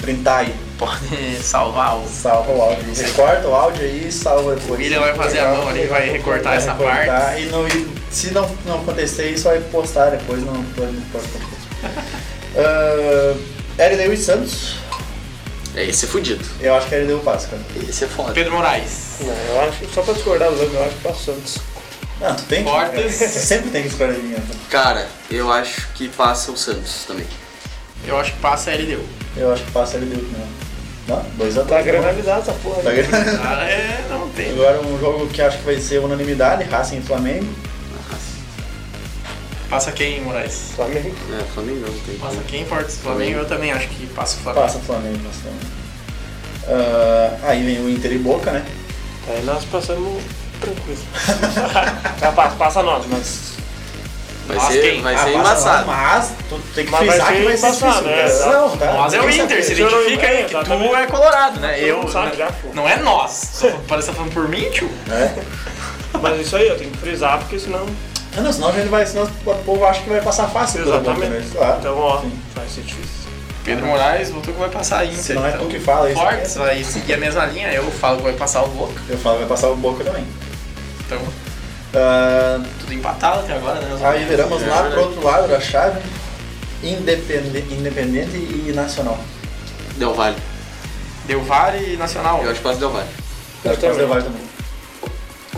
Speaker 8: printar aí.
Speaker 2: Pode salvar o.
Speaker 8: Salva o áudio. Recorta o áudio aí e salva depois.
Speaker 2: William vai fazer a mão ali, vai recortar essa parte.
Speaker 8: E, não- e se não, não acontecer isso, vai postar depois, não pode, não pode acontecer. Ah, LDU e Santos,
Speaker 7: É, esse é fudido.
Speaker 8: eu acho que LDU passa, cara.
Speaker 7: Esse é foda.
Speaker 2: Pedro Moraes.
Speaker 6: Não, eu acho, só pra discordar dos outros, eu acho que passa o Santos.
Speaker 8: Ah, tu tem que.
Speaker 2: Portas.
Speaker 8: Sempre tem que escolher a linha.
Speaker 7: Cara, eu acho que passa o Santos também.
Speaker 2: Eu acho que passa a LDU.
Speaker 8: Eu acho que passa LDU também. Não, dois a
Speaker 6: Tá
Speaker 8: dois, né?
Speaker 6: granalizado essa porra.
Speaker 8: Tá
Speaker 6: né?
Speaker 8: granalizado.
Speaker 2: Ah, é, não. tem.
Speaker 8: Agora um jogo que acho que vai ser unanimidade, Racing e Flamengo.
Speaker 2: Passa quem,
Speaker 8: Tá-
Speaker 2: Moraes?
Speaker 6: Flamengo.
Speaker 7: É, Flamengo não tem.
Speaker 2: Passa quem, Fortes? Flamengo? Eu também acho que passa o Flamengo.
Speaker 8: Passa Flamengo, passa Flamengo. Ah, aí vem o Inter e Boca, né?
Speaker 6: Aí nós passamos tranquilo. Capaz, passa nós, mas.
Speaker 7: Vai
Speaker 2: Mas
Speaker 7: ser,
Speaker 2: quem?
Speaker 7: vai
Speaker 2: Ah,
Speaker 7: ser
Speaker 8: passa
Speaker 7: embaçado.
Speaker 8: lá, Mas tu tem que
Speaker 6: Mas vai
Speaker 8: frisar
Speaker 6: ser
Speaker 8: que vai ser
Speaker 6: embaçado,
Speaker 8: difícil.
Speaker 6: né?
Speaker 8: cara. Não, tá.
Speaker 2: Mas é o
Speaker 8: Tem que
Speaker 2: Inter, se
Speaker 8: saber.
Speaker 6: eu não-
Speaker 2: identifica aí,
Speaker 6: é,
Speaker 2: que tu
Speaker 6: exatamente.
Speaker 2: é colorado, né?
Speaker 6: Todo
Speaker 2: Eu.
Speaker 6: mundo sabe
Speaker 2: né?
Speaker 6: já, pô.
Speaker 2: Não é nós. Só Parece que tá falando por mim, tio.
Speaker 6: Mas isso aí, eu tenho que frisar, porque senão.
Speaker 8: Ah, Não, senão a gente vai, senão o povo acha que vai passar fácil. pela Boca, né?
Speaker 6: Exatamente.
Speaker 8: Claro.
Speaker 6: Então, ó, vai ser difícil.
Speaker 2: Pedro Moraes votou que vai passar a Inter.
Speaker 8: Se não é
Speaker 2: então.
Speaker 8: tu que fala isso,
Speaker 2: Fortes vai seguir a mesma linha, eu falo que vai passar o Boca.
Speaker 8: Eu falo, vai passar o Boca também.
Speaker 2: Então,
Speaker 8: Ah,
Speaker 2: tudo empatado até agora, né? Os
Speaker 8: aí viramos lá
Speaker 7: né?
Speaker 8: pro outro lado da chave. Independente, independente e nacional.
Speaker 7: Del Valle.
Speaker 2: Del Valle e Nacional.
Speaker 7: Eu acho que passa Del Valle.
Speaker 8: Acho que passa o Del Valle também.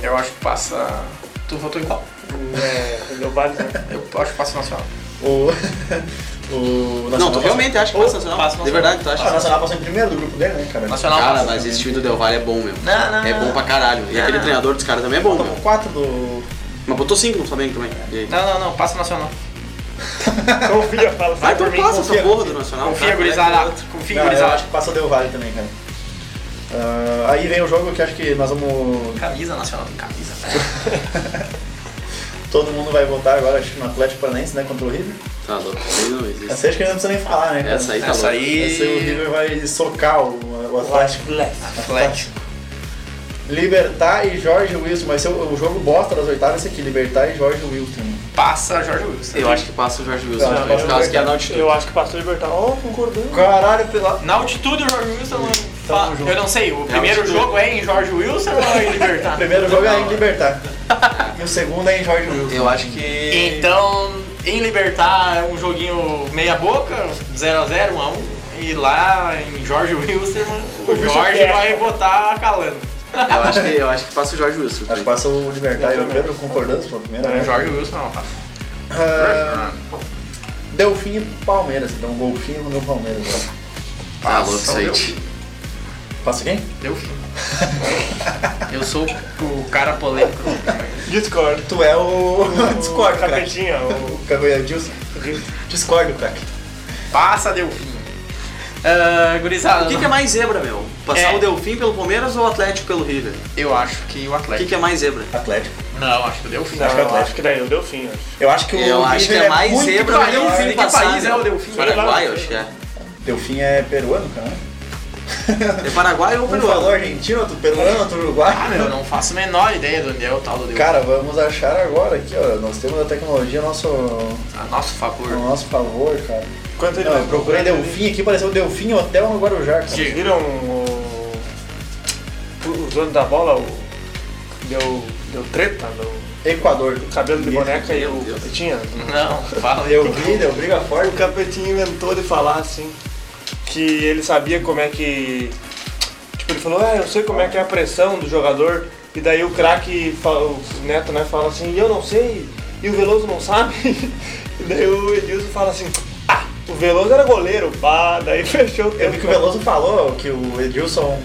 Speaker 2: Eu acho que passa. Tu votou em qual?
Speaker 6: É, deu vários, né?
Speaker 2: Eu acho que passa o Nacional.
Speaker 8: O, o Nacional
Speaker 7: não, tu
Speaker 8: passou-
Speaker 7: realmente acha que passa Nacional?
Speaker 2: passa Nacional.
Speaker 7: De verdade, tu
Speaker 8: Ah, o
Speaker 7: acha?
Speaker 8: Nacional passou em primeiro do grupo dele, né, cara?
Speaker 2: Nacional
Speaker 7: Cara,
Speaker 2: passa.
Speaker 7: mas esse time do Del Valle é bom, meu.
Speaker 2: Não, não,
Speaker 7: É
Speaker 2: não.
Speaker 7: bom pra caralho. E aquele
Speaker 2: não.
Speaker 7: treinador dos caras também é bom, meu.
Speaker 8: Tomou quatro do.
Speaker 7: Mas botou cinco no Flamengo também. E aí? tá.
Speaker 2: Não, não, não, passa o Nacional.
Speaker 6: Confia, fala
Speaker 7: Ah,
Speaker 6: fala
Speaker 7: então
Speaker 6: por mim.
Speaker 7: passa essa
Speaker 8: confia.
Speaker 7: porra do Nacional.
Speaker 2: Confia,
Speaker 7: cara. é
Speaker 2: gurizada. Confia,
Speaker 8: Não, eu
Speaker 2: gurizada.
Speaker 8: Ah, acho que passa o Del Valle também, cara. Ah, aí vem o jogo que acho que nós vamos.
Speaker 2: Camisa Nacional, tem camisa.
Speaker 8: Todo mundo vai votar agora, acho que no Atlético Paranaense, né? Contra o River.
Speaker 7: Tá louco, isso aí não existe.
Speaker 8: Essa aí acho que não precisa nem falar, né? Cara?
Speaker 7: Essa aí tá
Speaker 2: Essa
Speaker 7: louca.
Speaker 2: aí-
Speaker 8: Esse o River vai socar o, o Atlético.
Speaker 2: Atlético.
Speaker 8: Libertar e Jorge Wilson. Vai ser o, o jogo bosta das oitavas esse aqui, Libertar e Jorge Wilson.
Speaker 2: Passa Jorge Wilson.
Speaker 7: Eu acho que passa o Jorge Wilson,
Speaker 8: Não,
Speaker 7: também,
Speaker 8: passa
Speaker 7: por
Speaker 8: o
Speaker 7: causa
Speaker 8: Jorge
Speaker 7: que é na altitude.
Speaker 6: Eu acho que passou o Libertar. Ó, concordando.
Speaker 8: Caralho, pela.
Speaker 2: Na altitude, o Jorge Wilson. não fala-
Speaker 8: junto.
Speaker 2: Eu não sei, o primeiro
Speaker 7: altitude.
Speaker 2: jogo é em Jorge Wilson ou é em Libertar?
Speaker 8: Primeiro jogo é em Libertar. e o segundo é em Jorge Wilson.
Speaker 7: Eu acho que.
Speaker 2: Então, em Libertar é um joguinho meia-boca, 0x0, 1x1. E lá em Jorge Wilson, o
Speaker 6: bicho
Speaker 2: Jorge
Speaker 6: quer.
Speaker 2: vai botar calando.
Speaker 7: Eu acho que, eu acho que passa o Jorge Wilson.
Speaker 8: Acho que
Speaker 7: também.
Speaker 8: passa o Libertar e o Pedro concordando pela primeira
Speaker 2: O
Speaker 8: vez.
Speaker 2: Jorge Wilson é não, passa.
Speaker 8: Ah, Delfim e Palmeiras. Então, um golfinho no Palmeiras. ó.
Speaker 7: Tá louco, isso aí.
Speaker 8: Passa quem?
Speaker 2: Deu fim. Eu sou o cara polêmico.
Speaker 6: Discord.
Speaker 8: Tu é o. Discord, craque.
Speaker 6: Capetinha, o.
Speaker 8: Cagoia Gilson. Discord, craque.
Speaker 2: Passa, deu fim. Ah, gurizada,
Speaker 7: O que, que é mais zebra, meu? Passar
Speaker 2: É.
Speaker 7: o Delfim pelo Palmeiras ou o Atlético pelo River?
Speaker 2: eu acho que o
Speaker 7: O que,
Speaker 2: Atlético.
Speaker 7: que é mais zebra?
Speaker 8: Atlético.
Speaker 2: Não, acho que deu fim.
Speaker 8: Acho que é
Speaker 6: Não,
Speaker 8: Atlético.
Speaker 6: acho que daí eu deu fim, acho.
Speaker 8: Eu acho que o
Speaker 7: Eu acho que
Speaker 8: River
Speaker 7: é mais
Speaker 8: muito
Speaker 7: zebra
Speaker 8: melhor.
Speaker 7: do que o Delfim
Speaker 2: Que país é o Delfim?
Speaker 7: Paraguai, eu acho que é.
Speaker 8: Delfim é peruano, cara.
Speaker 7: É Paraguai ou
Speaker 8: Um falou
Speaker 7: Peruano?
Speaker 8: argentino, outro peruano, outro uruguaio.
Speaker 2: Ah, meu, eu não faço a menor ideia do onde é o tal do Delfim.
Speaker 8: Cara, vamos achar agora aqui, ó. Nós temos a tecnologia ao nosso,
Speaker 2: A nosso favor.
Speaker 8: ao nosso favor, cara.
Speaker 6: Enquanto ele
Speaker 8: Não,
Speaker 6: vai
Speaker 8: eu procurei
Speaker 6: procurando,
Speaker 8: Delfim aqui, pareceu um Delfim Hotel no Guarujá, cara.
Speaker 6: Vocês viram o. O dono da bola, o. Deu. Deu treta no
Speaker 8: Equador.
Speaker 6: cabelo de
Speaker 8: Isso.
Speaker 6: boneca e o
Speaker 7: Deus.
Speaker 6: capetinha.
Speaker 2: Não, fala.
Speaker 8: Deu vi, deu briga
Speaker 6: O
Speaker 8: forte.
Speaker 6: capetinho inventou de falar assim que ele sabia como é que. Tipo, ele falou, ah, eu sei como é que é a pressão do jogador. E daí o craque, fa- o Neto, né, fala assim, "E eu não sei, e o Veloso não sabe. E daí o Edilson fala assim, ah, o Veloso era goleiro, pá, daí fechou o
Speaker 8: Eu
Speaker 6: tempo.
Speaker 8: vi que o Veloso falou que o Edilson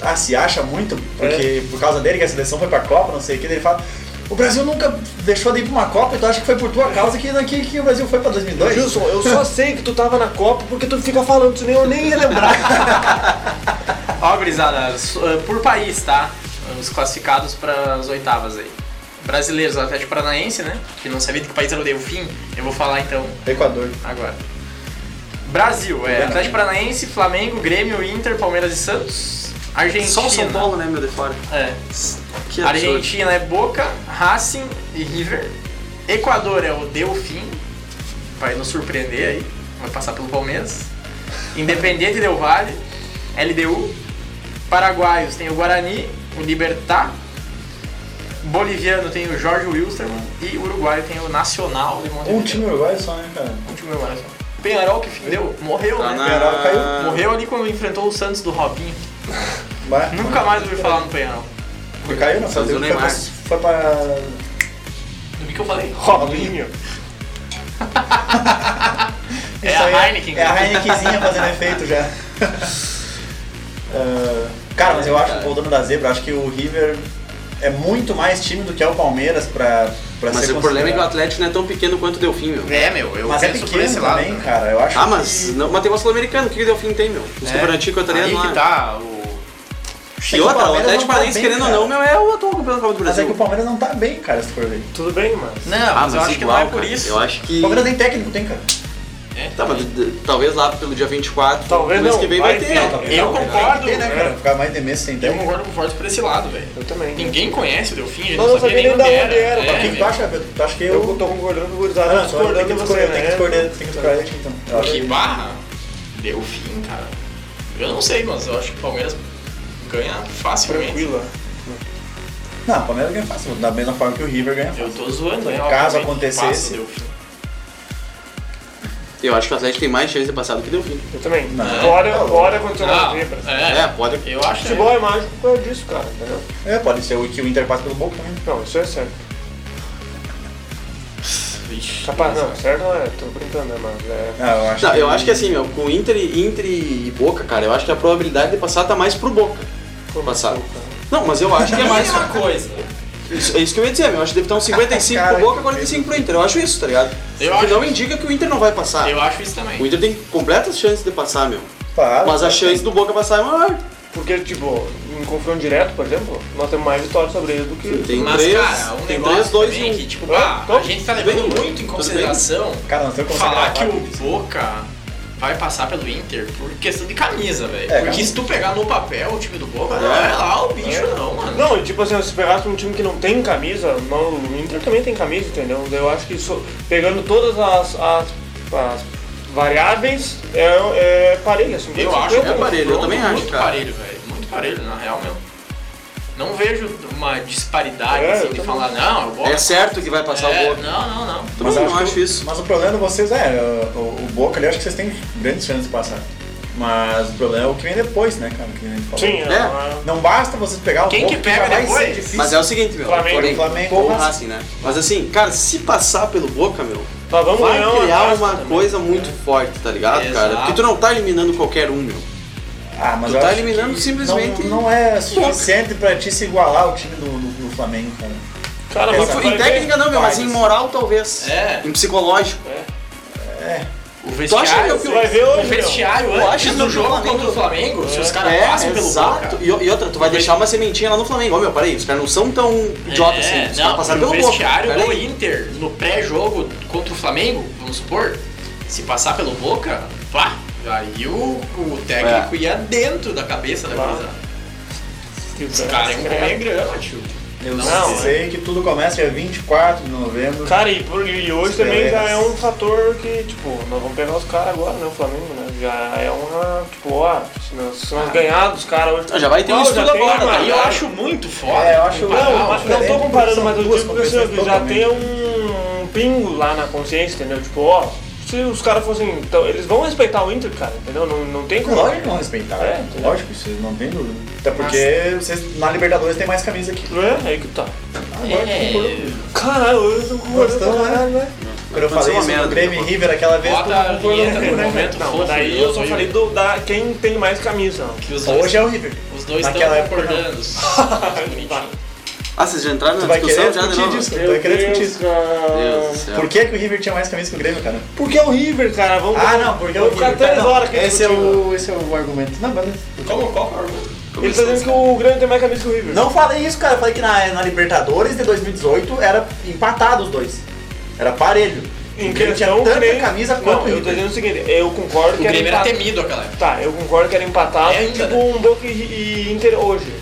Speaker 8: ah, se acha muito,
Speaker 6: É.
Speaker 8: porque por causa dele que a seleção foi pra Copa, não sei o que, daí ele fala. O Brasil nunca deixou de ir pra uma Copa, então acho que foi por tua causa que, que, que o Brasil foi pra 2002.
Speaker 6: Edilson, eu só sei que tu tava na Copa porque tu fica falando, senão eu nem ia lembrar.
Speaker 2: Ó, gurizada, so- eh, por país, tá? Os classificados para as oitavas aí. Brasileiros, Atlético Paranaense, né? Que não sabia de que país era o Delfim. Eu vou falar então
Speaker 8: Equador.
Speaker 2: agora. Brasil, é Atlético Paranaense, Flamengo, Grêmio, Inter, Palmeiras e Santos. Argentina.
Speaker 7: Só o São Paulo, né, meu, de fora.
Speaker 2: É.
Speaker 7: Que absurdo.
Speaker 2: Argentina é Boca, Racing e River. Equador é o Delfim. Vai nos surpreender aí. Vai passar pelo Palmeiras. Independente Del Valle. LDU. Paraguaios tem o Guarani, o Libertar. Boliviano tem o Jorge Wilstermann. E uruguaio tem o Nacional de Montevideo.
Speaker 8: Um time uruguai só, né, cara?
Speaker 2: Último uruguaio. Penharol que deu, morreu,
Speaker 7: Tá
Speaker 2: né?
Speaker 7: na-
Speaker 8: Penharol caiu.
Speaker 2: Morreu ali quando enfrentou o Santos do Robinho.
Speaker 8: Mas-
Speaker 2: Nunca mais ouvi falar no Penharol.
Speaker 8: Porque caiu, não fazer
Speaker 7: Fazer o
Speaker 8: foi, pra,
Speaker 7: Neymar.
Speaker 8: foi pra.
Speaker 2: Do que, que eu falei?
Speaker 6: Robinho.
Speaker 2: É
Speaker 8: Isso
Speaker 2: a
Speaker 8: aí
Speaker 2: Heineken.
Speaker 8: É a Heinekenzinha fazendo efeito já. Ah, Cara, mas eu acho, voltando da zebra, eu acho que o River é muito mais time do que é o Palmeiras pra, pra
Speaker 7: Mas
Speaker 8: ser
Speaker 7: o problema é que o
Speaker 8: considerado.
Speaker 7: Atlético não é tão pequeno quanto o Delfim, meu.
Speaker 2: É, meu, eu
Speaker 8: Mas é
Speaker 2: penso por
Speaker 8: pequeno
Speaker 2: esse lado.
Speaker 8: também,
Speaker 2: né?
Speaker 8: cara. Eu acho
Speaker 7: Ah, mas,
Speaker 8: que-
Speaker 7: não, mas tem uma Sul-Americana, o que, que o Delfim tem, meu? Os
Speaker 2: É.
Speaker 7: Campeonatinhos
Speaker 2: Aí
Speaker 7: equatorianos lá.
Speaker 2: que tá o...
Speaker 8: É
Speaker 7: E
Speaker 8: que o
Speaker 7: outra, o
Speaker 8: Palmeiras
Speaker 7: Atlético
Speaker 8: não tá
Speaker 7: Paranaense,
Speaker 8: bem,
Speaker 7: querendo ou
Speaker 8: cara.
Speaker 7: não, meu, é o atual campeão da Copa do
Speaker 8: Mas é
Speaker 7: Brasil. Ah,
Speaker 8: que o Palmeiras não tá bem, cara, se tu for ver.
Speaker 6: Tudo bem, mas.
Speaker 2: Não, mas, eu acho que não é
Speaker 7: igual,
Speaker 2: por
Speaker 7: cara,
Speaker 2: isso.
Speaker 7: Eu acho que.
Speaker 8: O Palmeiras nem técnico tem, cara.
Speaker 7: Tá, mas, d- talvez lá pelo dia 24,
Speaker 6: Talvez
Speaker 7: mês
Speaker 6: não,
Speaker 7: que vem
Speaker 6: vai
Speaker 7: vai ter.
Speaker 6: ter,
Speaker 7: né?
Speaker 6: talvez.
Speaker 2: Eu
Speaker 8: Tem que
Speaker 2: concordo,
Speaker 8: ter, né,
Speaker 6: é.
Speaker 8: cara? Ficar mais de mês sem
Speaker 2: Eu
Speaker 8: técnico.
Speaker 2: concordo com o Forte por esse lado, velho.
Speaker 6: Eu também. né?"
Speaker 2: Ninguém conhece o Delfim, a gente
Speaker 6: Não,
Speaker 2: não sabia nem
Speaker 6: da
Speaker 2: onde era.
Speaker 6: era,
Speaker 2: É,
Speaker 6: pra
Speaker 8: O que que tu
Speaker 2: meu.
Speaker 8: acha, Pedro? Tu acha que
Speaker 6: Eu
Speaker 8: eu.
Speaker 6: tô concordando com o gurizado,
Speaker 8: Ah, não, tem
Speaker 6: discordando
Speaker 8: que
Speaker 6: de você,
Speaker 8: discordar, tem que
Speaker 6: né?
Speaker 8: discordar, tem que discordar, gente, então. Eu acho
Speaker 2: Que
Speaker 8: que-
Speaker 2: barra! Delfim, cara. Eu não sei, mas eu acho que o Palmeiras ganha facilmente.
Speaker 6: Tranquila.
Speaker 8: Não, o Palmeiras ganha fácil, da mesma forma que o River ganha fácil.
Speaker 2: Eu tô zoando, né?
Speaker 8: Caso
Speaker 2: Obviamente,
Speaker 8: acontecesse.
Speaker 2: passa o Delfim.
Speaker 7: Eu acho que o Atlético tem mais chance de passar do que o Delfim.
Speaker 6: Eu também.
Speaker 8: Não.
Speaker 6: Bora, bora acontecer uma
Speaker 2: Ah,
Speaker 6: zebra.
Speaker 7: É,
Speaker 2: é,
Speaker 7: pode.
Speaker 2: eu acho que
Speaker 6: Futebol é mágico por causa disso, cara, entendeu?
Speaker 8: É, pode ser o que o Inter passa pelo Boca, né?
Speaker 6: Não, isso é certo.
Speaker 2: Vixe.
Speaker 6: Capaz, não, certo não é, tô brincando, né, mas é.
Speaker 8: Ah, eu acho
Speaker 7: Não, eu acho que assim, meu, com Inter, e- Inter e Boca, cara, eu acho que a probabilidade de passar tá mais pro Boca.
Speaker 6: Como
Speaker 7: Passar.
Speaker 6: assim, cara?
Speaker 7: Não, mas eu acho que é mais.
Speaker 2: Mesma coisa.
Speaker 7: Isso- É isso que eu ia dizer, meu. Eu acho que deve estar uns 55
Speaker 8: Cara,
Speaker 7: pro Boca
Speaker 8: que
Speaker 7: e 45 pro Inter. Eu acho isso, tá ligado?
Speaker 2: Eu
Speaker 7: O que
Speaker 2: acho
Speaker 7: não indica que o Inter não vai passar.
Speaker 2: Eu acho isso também.
Speaker 7: O Inter tem completas chances de passar, meu.
Speaker 8: Claro.
Speaker 7: Mas a chance do Boca passar é maior.
Speaker 6: Porque, tipo, em confronto direto, por exemplo, nós temos mais vitória sobre ele do que.
Speaker 7: Tem
Speaker 2: Mas,
Speaker 7: três,
Speaker 2: cara, um
Speaker 7: tem
Speaker 2: negócio
Speaker 7: três, dois e
Speaker 2: também
Speaker 7: um.
Speaker 2: que, tipo, ah,
Speaker 6: Então,
Speaker 2: a gente tá
Speaker 7: tudo
Speaker 2: levando
Speaker 7: bem.
Speaker 2: muito em
Speaker 7: Tudo
Speaker 2: consideração
Speaker 8: Cara, não sei como
Speaker 2: falar
Speaker 8: você
Speaker 2: que o
Speaker 8: gravar isso.
Speaker 2: Boca vai passar pelo Inter por questão de camisa, velho.
Speaker 8: É,
Speaker 2: Porque
Speaker 8: cara.
Speaker 2: se tu pegar no papel o time do Boca, não é lá o bicho, não, mano.
Speaker 6: Não, e tipo assim, se pegasse um time que não tem camisa, não, o Inter também tem camisa, entendeu? Daí Eu acho que isso, pegando todas as, as, as variáveis, é, é parelho, assim.
Speaker 2: Eu
Speaker 6: 50,
Speaker 2: acho que
Speaker 7: é parelho, eu
Speaker 2: confronto
Speaker 7: também acho,
Speaker 2: Muito
Speaker 7: cara.
Speaker 2: parelho, velho. Muito parelho, na real mesmo. Não vejo uma disparidade,
Speaker 6: É,
Speaker 2: assim,
Speaker 6: eu
Speaker 2: de
Speaker 6: também.
Speaker 2: falar, não, o Boca...
Speaker 7: É certo que vai passar
Speaker 2: É,
Speaker 7: o Boca.
Speaker 2: não, não, não.
Speaker 7: Mas eu não acho isso.
Speaker 8: Mas o problema de vocês é, o, o Boca ali, eu acho que vocês têm grandes chances de passar. Mas o problema é o que vem depois, né, cara? Que nem a gente falou.
Speaker 6: Sim,
Speaker 7: É.
Speaker 6: é.
Speaker 8: Não basta vocês pegar o
Speaker 2: Quem
Speaker 8: Boca,
Speaker 2: que pega
Speaker 8: já vai
Speaker 2: depois?
Speaker 8: ser difícil.
Speaker 7: Mas é o seguinte, meu.
Speaker 6: Flamengo,
Speaker 7: porém,
Speaker 8: Flamengo,
Speaker 7: ou
Speaker 8: Racing.
Speaker 7: Racing, né? Mas assim, cara, se passar pelo Boca, meu,
Speaker 6: Mas tá, vamos
Speaker 7: vai
Speaker 6: ganhar uma
Speaker 7: criar
Speaker 6: taça
Speaker 7: uma
Speaker 6: também.
Speaker 7: coisa muito forte, tá ligado, cara?
Speaker 2: né? Exato.
Speaker 7: Porque tu não tá eliminando qualquer um, meu.
Speaker 8: Ah, mas
Speaker 7: Tu
Speaker 8: eu
Speaker 7: tá
Speaker 8: acho
Speaker 7: eliminando
Speaker 8: que
Speaker 7: simplesmente
Speaker 8: Não, não é suficiente pra ti se igualar ao time do, do- do Flamengo, cara.
Speaker 6: Cara,
Speaker 7: Em,
Speaker 6: mas
Speaker 7: fu-
Speaker 6: vai
Speaker 7: em
Speaker 6: ver-
Speaker 7: técnica não, meu, mas
Speaker 8: vai,
Speaker 7: em
Speaker 8: mas-
Speaker 7: moral talvez.
Speaker 2: É.
Speaker 7: Em psicológico.
Speaker 2: O
Speaker 7: Tu acha
Speaker 2: vestiário...
Speaker 7: meu, que
Speaker 6: Tu vai ver
Speaker 2: O
Speaker 6: hoje, meu.
Speaker 2: vestiário
Speaker 7: Eu acho
Speaker 2: antes
Speaker 7: que é
Speaker 2: do
Speaker 7: o
Speaker 2: jogo
Speaker 7: Flamengo-
Speaker 2: contra o Flamengo, se os caras
Speaker 7: É,
Speaker 2: passam pelo
Speaker 7: exato.
Speaker 2: Boca.
Speaker 7: E, e outra, tu vai deixar uma sementinha lá no Flamengo. Ô, meu, peraí, os caras não são tão idiotas assim. Os caras
Speaker 2: É, não,
Speaker 7: passaram
Speaker 2: no
Speaker 7: pelo Boca.
Speaker 2: vestiário
Speaker 7: peraí.
Speaker 2: do Inter, no pré-jogo contra o Flamengo, vamos supor, se passar pelo Boca, pá, aí o, o
Speaker 7: É.
Speaker 2: técnico ia dentro da cabeça da
Speaker 6: Pá.
Speaker 2: coisa. Esse cara é um grama, tio.
Speaker 8: Eu
Speaker 6: Não,
Speaker 8: sei que tudo começa dia 24 de novembro.
Speaker 6: Cara, e, por- e hoje
Speaker 8: Os
Speaker 6: também já
Speaker 8: caras.
Speaker 6: é um fator que, tipo, nós vamos pegar os caras agora, né? O Flamengo, né? Já é uma, tipo, ó, se nós, se nós ganhar dos caras hoje.
Speaker 7: Ah, já vai ter um
Speaker 6: Ó, já
Speaker 7: estudo
Speaker 6: tem
Speaker 7: agora, tá
Speaker 6: uma-
Speaker 2: Aí eu acho muito foda.
Speaker 8: É, eu acho-
Speaker 2: comparar
Speaker 6: Não,
Speaker 2: o-
Speaker 6: mas não tô
Speaker 8: diferente,
Speaker 6: comparando,
Speaker 8: são
Speaker 6: mas eu
Speaker 8: duas
Speaker 6: digo que assim,
Speaker 8: competições
Speaker 6: já
Speaker 8: totalmente.
Speaker 6: tem um pingo lá na consciência, entendeu? Tipo, ó, se os caras fossem. Então, eles vão respeitar o Inter, cara, entendeu? Não, não tem como.
Speaker 8: Lógico que não respeitaram.
Speaker 6: É, entendeu?
Speaker 8: Lógico, isso não tem dúvida. Até porque vocês, na Libertadores tem mais camisa aqui.
Speaker 6: É, aí que tá.
Speaker 8: Agora
Speaker 2: É,
Speaker 6: Caralho, eu tô com
Speaker 8: Nós estamos, né? Quando eu falei
Speaker 7: uma
Speaker 8: isso
Speaker 7: merda,
Speaker 8: no Grêmio e
Speaker 7: cara.
Speaker 8: River aquela vez,
Speaker 2: Bota
Speaker 8: todo
Speaker 2: a
Speaker 8: mundo
Speaker 2: vinheta
Speaker 8: falou,
Speaker 2: no
Speaker 8: né, cara?
Speaker 2: momento
Speaker 6: É. Não,
Speaker 2: fofo
Speaker 6: daí eu só
Speaker 2: aí,
Speaker 6: falei do, da quem tem mais camisa. ó.
Speaker 2: que os dois,
Speaker 8: Hoje é o River.
Speaker 2: os dois
Speaker 8: naquela
Speaker 2: estão
Speaker 8: época, né? não.
Speaker 2: concordando. Bonitinho.
Speaker 7: Ah, vocês já entraram
Speaker 8: Tu
Speaker 7: na
Speaker 8: vai querer
Speaker 7: discussão já de
Speaker 8: discutir
Speaker 7: novo?
Speaker 8: disso, tu vai querer discutir isso.
Speaker 6: cara.
Speaker 7: Deus do céu.
Speaker 8: Por que, que o River tinha mais camisa que o Grêmio, cara?
Speaker 6: Porque é o River, cara. Vamos,
Speaker 8: Ah, não, porque
Speaker 6: vamos
Speaker 8: o River.
Speaker 6: ficar três
Speaker 8: tá, não.
Speaker 6: horas aqui
Speaker 8: esse é
Speaker 6: discutindo.
Speaker 8: o Esse é o argumento. Não, beleza.
Speaker 2: Como, qual que é o argumento?
Speaker 6: Ele tá dizendo que o Grêmio tem mais camisa que o River.
Speaker 8: Não falei isso, cara. Eu falei que na, na Libertadores de 2018 era empatado os dois. Era parelho.
Speaker 6: em
Speaker 8: O Grêmio tinha
Speaker 6: questão
Speaker 8: tanta
Speaker 6: Grêmio-
Speaker 8: camisa
Speaker 6: não,
Speaker 8: quanto o
Speaker 6: eu tô
Speaker 8: River.
Speaker 6: dizendo o seguinte, eu concordo
Speaker 2: O
Speaker 6: que
Speaker 2: Grêmio era
Speaker 6: empatado.
Speaker 2: temido aquela época.
Speaker 6: Tá, eu concordo que era empatado,
Speaker 2: É ainda,
Speaker 6: tipo
Speaker 2: né?
Speaker 6: um Boca e, e Inter hoje.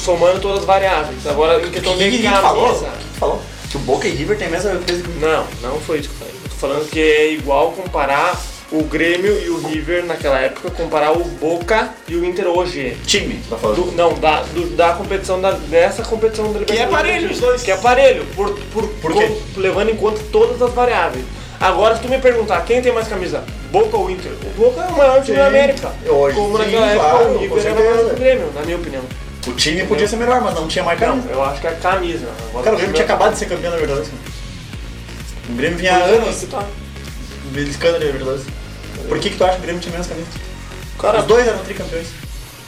Speaker 6: Somando todas as variáveis. Agora em questão de
Speaker 8: River falou,
Speaker 6: camisa.
Speaker 8: que falou que o Boca e River tem a mesma peso que o
Speaker 6: Não, não foi isso que eu falei. Eu tô falando que é igual comparar o Grêmio e o River naquela época, comparar o Boca e o Inter hoje.
Speaker 8: time. Tá falando.
Speaker 6: Do- não, da, do- da competição, da, dessa competição da Libertadores.
Speaker 2: aparelho os dois.
Speaker 6: Que é aparelho, por, por,
Speaker 8: Por
Speaker 6: com-
Speaker 8: quê?
Speaker 6: levando em conta todas as variáveis. Agora, se tu me perguntar quem tem mais camisa, Boca ou Inter? O Boca é o maior time
Speaker 8: Sim.
Speaker 6: da América.
Speaker 8: Hoje,
Speaker 6: Como
Speaker 8: sim,
Speaker 6: naquela época
Speaker 8: claro,
Speaker 6: o
Speaker 8: com
Speaker 6: River era
Speaker 8: certeza.
Speaker 6: maior que o Grêmio, na minha opinião.
Speaker 8: O time podia ser melhor, mas não tinha mais
Speaker 6: Não,
Speaker 8: camisa.
Speaker 6: eu acho que é a camisa. Agora,
Speaker 8: Cara, o
Speaker 6: time
Speaker 8: Grêmio tinha
Speaker 6: é-
Speaker 8: acabado de ser campeão da Libertadores. cara. O Grêmio vinha há
Speaker 6: Isso
Speaker 8: anos
Speaker 6: tá.
Speaker 8: beliscando a Libertadores. Por que, que tu acha que o Grêmio tinha menos camisa?
Speaker 6: Cara,
Speaker 8: Os dois eram tricampeões.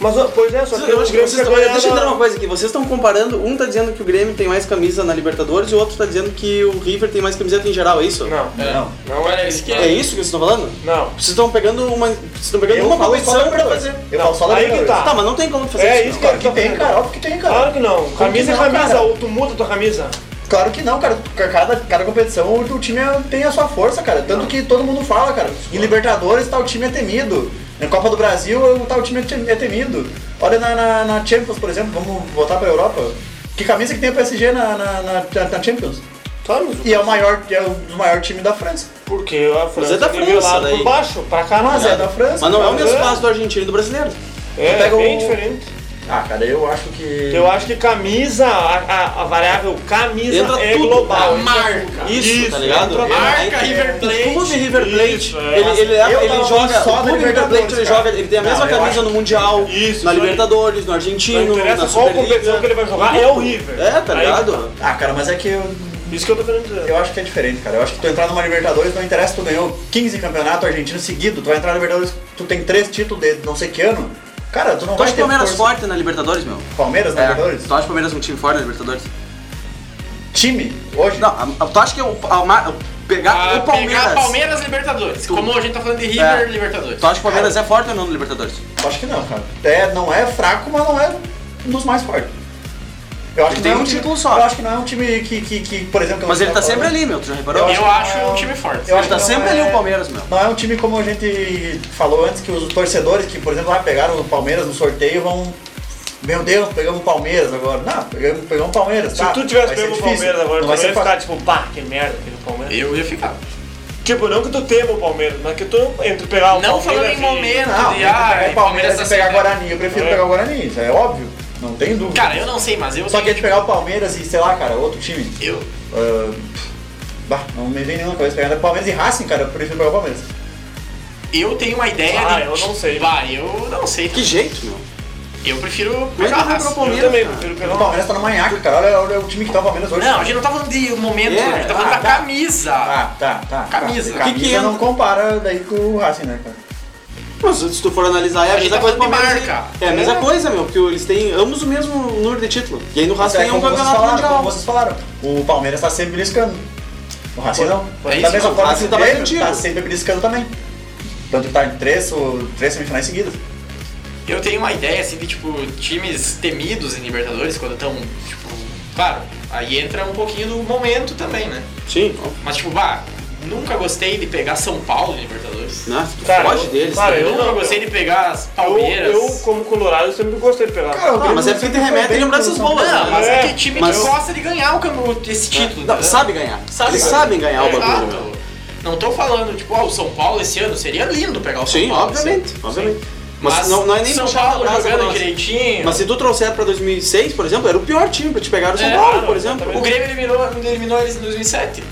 Speaker 6: Mas, ó, pois é, só que
Speaker 7: Eu
Speaker 6: o
Speaker 7: acho que
Speaker 6: Grêmio
Speaker 7: vocês-
Speaker 6: quer
Speaker 7: olha,
Speaker 6: ganhar
Speaker 7: deixa eu
Speaker 6: na-
Speaker 7: entrar uma coisa aqui. Vocês estão comparando, um tá dizendo que o Grêmio tem mais camisa na Libertadores e o outro tá dizendo que o River tem mais camiseta em geral, é isso?
Speaker 6: Não, não, não é isso.
Speaker 7: É isso que vocês estão falando?
Speaker 6: Não.
Speaker 7: Vocês estão pegando uma. Vocês estão pegando uma competição pra fazer.
Speaker 8: Eu falo só da
Speaker 6: Aí que
Speaker 8: Libertadores.
Speaker 6: tá.
Speaker 7: Tá, mas não tem como fazer
Speaker 6: É
Speaker 7: isso.
Speaker 6: isso que ele tá
Speaker 8: Tem,
Speaker 6: fazendo.
Speaker 8: cara, óbvio que tem, cara.
Speaker 6: Claro que não. Camisa é
Speaker 8: que não,
Speaker 6: camisa,
Speaker 8: cara?
Speaker 6: ou tu muda tua camisa.
Speaker 8: Claro que não, cara. Cada, cada competição o, o time tem a sua força, cara. Tanto que todo mundo fala, cara. Em Libertadores tal time é temido. Na Copa do Brasil o tal time é te- é temido. Olha na, na- na Champions, por exemplo, vamos voltar pra Europa. Que camisa que tem o PSG na, na- na- na Champions?
Speaker 6: Claro, mas
Speaker 8: E é o maior, é o maior time da França.
Speaker 6: Porque a França
Speaker 7: é da
Speaker 6: é
Speaker 7: França,
Speaker 6: nivelada
Speaker 7: daí.
Speaker 6: por baixo, pra cá Ah, não
Speaker 8: Mas é da França.
Speaker 7: Mas não é o mesmo
Speaker 6: É.
Speaker 7: caso do argentino e do brasileiro.
Speaker 6: É,
Speaker 8: Pega
Speaker 6: bem
Speaker 8: o-
Speaker 6: diferente.
Speaker 8: Ah, cara, eu acho que.
Speaker 6: Eu acho que camisa, a, a- a variável camisa
Speaker 7: Entra
Speaker 6: é
Speaker 7: tudo.
Speaker 6: global.
Speaker 7: Ah,
Speaker 2: Marca.
Speaker 7: Isso, tá ligado?
Speaker 6: entra-
Speaker 2: Marca River
Speaker 7: O clube
Speaker 2: Plate.
Speaker 7: River Plate,
Speaker 6: Isso, é.
Speaker 7: ele, ele,
Speaker 8: Eu
Speaker 7: ele
Speaker 8: tava
Speaker 7: joga.
Speaker 8: falando só
Speaker 7: O clube
Speaker 8: da
Speaker 7: River Plate ele
Speaker 8: Libertadores, cara.
Speaker 7: joga, ele tem a mesma
Speaker 8: Não, eu
Speaker 7: camisa
Speaker 8: acho-
Speaker 7: no Mundial,
Speaker 6: Isso,
Speaker 7: na
Speaker 6: isso aí.
Speaker 7: Libertadores, no
Speaker 6: Não
Speaker 7: Argentino, na
Speaker 6: interessa qual competição que
Speaker 7: Superliga.
Speaker 6: ele vai jogar, é o River.
Speaker 7: É, tá
Speaker 6: Aí-
Speaker 7: ligado?
Speaker 8: Ah, cara, mas é que eu,
Speaker 6: Isso que eu tô querendo dizer.
Speaker 8: eu acho que é diferente, cara. Eu acho que tu entrar numa Libertadores não interessa se tu ganhou 15 campeonatos argentinos seguido. Tu vai entrar na Libertadores, tu tem três títulos de não sei que ano. Cara, tu não
Speaker 7: Tu
Speaker 8: vai
Speaker 7: acha o
Speaker 8: ter
Speaker 7: Palmeiras
Speaker 8: força.
Speaker 7: forte na Libertadores, meu?
Speaker 8: Palmeiras na
Speaker 7: É.
Speaker 8: Libertadores?
Speaker 7: Tu acha o Palmeiras um time forte na Libertadores?
Speaker 8: Time, hoje?
Speaker 7: Não, a- a- tu acha que o, a, ma- pegar
Speaker 2: Ah,
Speaker 7: o Palmeiras.
Speaker 2: Pegar Palmeiras Libertadores. Como a gente tá falando de River
Speaker 7: É.
Speaker 2: Libertadores.
Speaker 7: Tu acha que o Palmeiras é forte ou não no Libertadores?
Speaker 8: Acho que não, cara. É, não é fraco, mas não é um dos mais fortes. Eu acho
Speaker 7: Ele
Speaker 8: que
Speaker 7: tem
Speaker 8: não é
Speaker 7: um
Speaker 8: time-
Speaker 7: título só.
Speaker 8: Eu acho que não é um time que, que, que por exemplo... que eu
Speaker 7: Mas ele tá
Speaker 8: tava
Speaker 7: sempre
Speaker 8: falando.
Speaker 7: ali, meu, tu já reparou?
Speaker 2: Eu acho
Speaker 8: não.
Speaker 2: um time forte.
Speaker 8: é Eu
Speaker 7: Ele
Speaker 8: acho
Speaker 7: tá
Speaker 8: que não
Speaker 7: sempre
Speaker 8: é-
Speaker 7: ali o Palmeiras, meu.
Speaker 8: Não é um time como a gente falou antes, que os torcedores que, por exemplo, lá pegaram o Palmeiras no sorteio vão. Meu Deus, pegamos o Palmeiras agora. Não, pegamos, pegamos o Palmeiras.
Speaker 6: Se
Speaker 8: tá,
Speaker 6: tu tivesse
Speaker 8: vai ser
Speaker 6: pego o
Speaker 8: difícil,
Speaker 6: Palmeiras agora,
Speaker 8: não
Speaker 6: tu
Speaker 8: vai
Speaker 6: vai
Speaker 8: ser
Speaker 6: ficar
Speaker 8: fácil.
Speaker 6: tipo, pá, que merda aquele Palmeiras.
Speaker 2: Eu ia ficar.
Speaker 6: Tipo, não que tu tema o Palmeiras, mas que tu entre pegar o
Speaker 2: Não
Speaker 6: Palmeiras
Speaker 2: falando em
Speaker 6: e-
Speaker 2: momento
Speaker 8: Não,
Speaker 2: de
Speaker 8: se pegar
Speaker 2: ah,
Speaker 8: o Palmeiras e
Speaker 2: assim,
Speaker 8: pegar
Speaker 2: né?
Speaker 8: Guarani. Eu prefiro
Speaker 6: É.
Speaker 8: pegar o Guarani, isso é óbvio. Não tem dúvida.
Speaker 2: Cara, eu não sei, mas eu
Speaker 8: Só que é a gente pegar o Palmeiras e, sei lá, cara, outro time.
Speaker 2: eu
Speaker 8: ah, bah, não me vem nenhuma coisa. Pegar Palmeiras e Racing, cara, eu prefiro pegar o Palmeiras.
Speaker 2: eu tenho uma ideia
Speaker 6: Ah,
Speaker 2: de
Speaker 6: eu não sei.
Speaker 2: Bah, eu não sei.
Speaker 7: Que jeito, meu.
Speaker 2: Eu prefiro
Speaker 7: Mas
Speaker 2: pegar
Speaker 7: não vai
Speaker 2: raça.
Speaker 7: pro
Speaker 6: Eu
Speaker 7: Palmeiras,
Speaker 6: também
Speaker 7: cara.
Speaker 6: prefiro pegar
Speaker 8: O
Speaker 6: o
Speaker 8: Palmeiras tá no manhaca, cara. Olha, olha o time que tá o Palmeiras hoje.
Speaker 2: Não, a gente não tá falando de momento,
Speaker 7: É,
Speaker 2: a gente tá falando
Speaker 7: ah,
Speaker 2: da
Speaker 7: tá.
Speaker 2: camisa.
Speaker 8: Ah, tá, tá.
Speaker 2: Camisa.
Speaker 8: Tá.
Speaker 7: Que que
Speaker 8: Camisa
Speaker 7: entra?
Speaker 8: não compara daí com o Racing, né, cara?
Speaker 7: Mas se tu for analisar, é a
Speaker 2: A gente
Speaker 7: mesma
Speaker 2: tá
Speaker 7: coisa do
Speaker 2: falando de
Speaker 7: Palmeiras.
Speaker 2: marca.
Speaker 7: É a mesma coisa, meu, porque eles têm ambos o mesmo número de título. E aí no Racing
Speaker 8: É,
Speaker 7: é um
Speaker 8: como, vocês
Speaker 7: campeonato
Speaker 8: falaram,
Speaker 7: mundial.
Speaker 8: como vocês falaram, o Palmeiras tá sempre beliscando. O Racing não.
Speaker 2: É isso,
Speaker 8: da mesma
Speaker 2: o
Speaker 8: forma
Speaker 7: Racing
Speaker 8: que o
Speaker 7: tá mais
Speaker 8: Grêmio
Speaker 7: antigo.
Speaker 8: tá sempre beliscando também. Tanto que tá em três, ou, três semifinais seguidas.
Speaker 2: Eu tenho uma ideia assim de tipo times temidos em Libertadores quando estão, tipo, claro, aí entra um pouquinho do momento também, né?
Speaker 7: Sim,
Speaker 2: Mas tipo, bah, nunca gostei de pegar São Paulo em Libertadores.
Speaker 7: né? Tu
Speaker 6: Cara,
Speaker 7: foge
Speaker 6: eu-
Speaker 7: deles.
Speaker 6: cara,
Speaker 7: tá
Speaker 6: eu
Speaker 2: Eu
Speaker 7: ligado?
Speaker 2: nunca gostei de pegar as
Speaker 6: Eu,
Speaker 2: Palmeiras.
Speaker 6: eu, como colorado, sempre gostei de pegar.
Speaker 8: Cara, o
Speaker 7: Não, mas é
Speaker 8: Grêmio
Speaker 7: porque te
Speaker 8: sempre foi
Speaker 7: remete a
Speaker 8: bem
Speaker 7: lembranças
Speaker 8: no-
Speaker 7: boas,
Speaker 2: Não,
Speaker 7: né?
Speaker 2: mas é,
Speaker 6: É,
Speaker 2: que time
Speaker 7: mas- é
Speaker 2: que gosta de ganhar o cam- esse título.
Speaker 7: Não,
Speaker 2: né?
Speaker 7: sabe ganhar.
Speaker 2: Sabe
Speaker 7: eles
Speaker 2: ganhar.
Speaker 7: sabem ganhar o bagulho,
Speaker 2: Exato.
Speaker 7: meu.
Speaker 2: Não tô falando, tipo, ah, o São Paulo esse ano seria lindo pegar o São
Speaker 7: Sim,
Speaker 2: Paulo.
Speaker 7: obviamente,
Speaker 2: esse ano.
Speaker 7: obviamente.
Speaker 2: Mas,
Speaker 7: Mas, não, não é nem
Speaker 2: São
Speaker 7: puxar pra
Speaker 2: Paulo
Speaker 7: brasa pra
Speaker 2: jogando
Speaker 7: nós.
Speaker 2: direitinho.
Speaker 7: Mas se tu trouxer pra 2006, por exemplo, era o pior time pra te pegar o São
Speaker 2: É,
Speaker 7: Paulo,
Speaker 6: claro,
Speaker 7: por exemplo.
Speaker 2: O Grêmio eliminou, eliminou eles em 2007.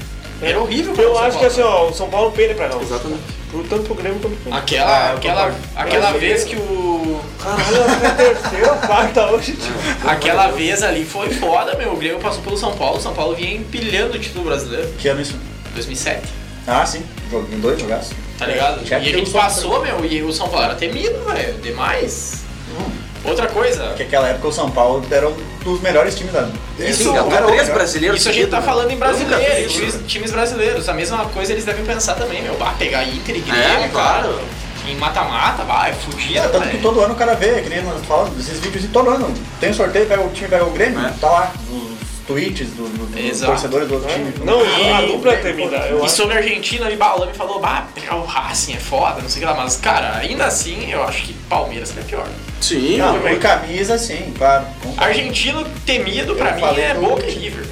Speaker 2: Era horrível pegar o
Speaker 6: É. Eu
Speaker 2: São
Speaker 6: acho que
Speaker 2: Paulo.
Speaker 6: assim, ó, o São Paulo perde pra nós.
Speaker 7: Exatamente.
Speaker 6: Por tanto pro Grêmio quanto pro Grêmio.
Speaker 2: Aquela,
Speaker 8: Ah, eu
Speaker 2: aquela,
Speaker 8: concordo.
Speaker 2: aquela
Speaker 6: Eu
Speaker 2: vez
Speaker 6: achei-
Speaker 2: que o.
Speaker 6: Caralho, é terceira quarta hoje, tipo.
Speaker 2: Aquela vez ali foi foda, meu. O Grêmio passou pelo São Paulo. O São Paulo vinha empilhando o título brasileiro.
Speaker 8: Que ano isso?
Speaker 2: 2007.
Speaker 8: Ah, sim. Jogo, em dois jogaços.
Speaker 2: Tá ligado?
Speaker 8: Já
Speaker 2: e a
Speaker 8: tem
Speaker 2: gente
Speaker 8: o São
Speaker 2: passou, meu, e o São Paulo era temido, velho. Demais.
Speaker 8: Uhum.
Speaker 2: Outra coisa.
Speaker 8: Porque naquela época o São Paulo era um dos melhores times da
Speaker 7: Isso,
Speaker 8: Sim,
Speaker 7: cara,
Speaker 8: era o
Speaker 7: três
Speaker 8: melhor.
Speaker 7: brasileiros.
Speaker 2: Isso a gente tá
Speaker 7: seguidos,
Speaker 2: falando em
Speaker 7: meu. né? Eu nunca vi
Speaker 2: brasileiro,
Speaker 7: isso,
Speaker 2: times,
Speaker 7: cara.
Speaker 2: times brasileiros. A mesma coisa eles devem pensar também, meu. Bah, pegar Inter e Grêmio, cara,
Speaker 7: É, claro.
Speaker 2: Em mata-mata, vai, é fudido,
Speaker 8: É, tanto que
Speaker 7: né?
Speaker 2: velho.
Speaker 8: todo ano o cara vê, que nem nós falamos, esses vídeos e todo ano. Tem um sorteio, pega o time, pega o Grêmio,
Speaker 7: É.
Speaker 8: tá lá, os tweets do- do- dos
Speaker 2: Exato.
Speaker 8: torcedores do outro time.
Speaker 6: Não, a
Speaker 2: E-
Speaker 6: dupla termina. Eu
Speaker 2: E
Speaker 6: acho.
Speaker 2: sobre a Argentina, ali, bah, o Balame falou, bah, pegar o Racing é foda, não sei o que lá. Mas, cara, ainda assim, eu acho que Palmeiras é pior.
Speaker 7: Sim,
Speaker 8: Não,
Speaker 6: também.
Speaker 8: por camisa sim, claro. Com-
Speaker 2: Argentino temido, pra
Speaker 8: Eu
Speaker 2: mim,
Speaker 8: falei
Speaker 2: é
Speaker 8: do
Speaker 2: Boca e
Speaker 8: último.
Speaker 2: River.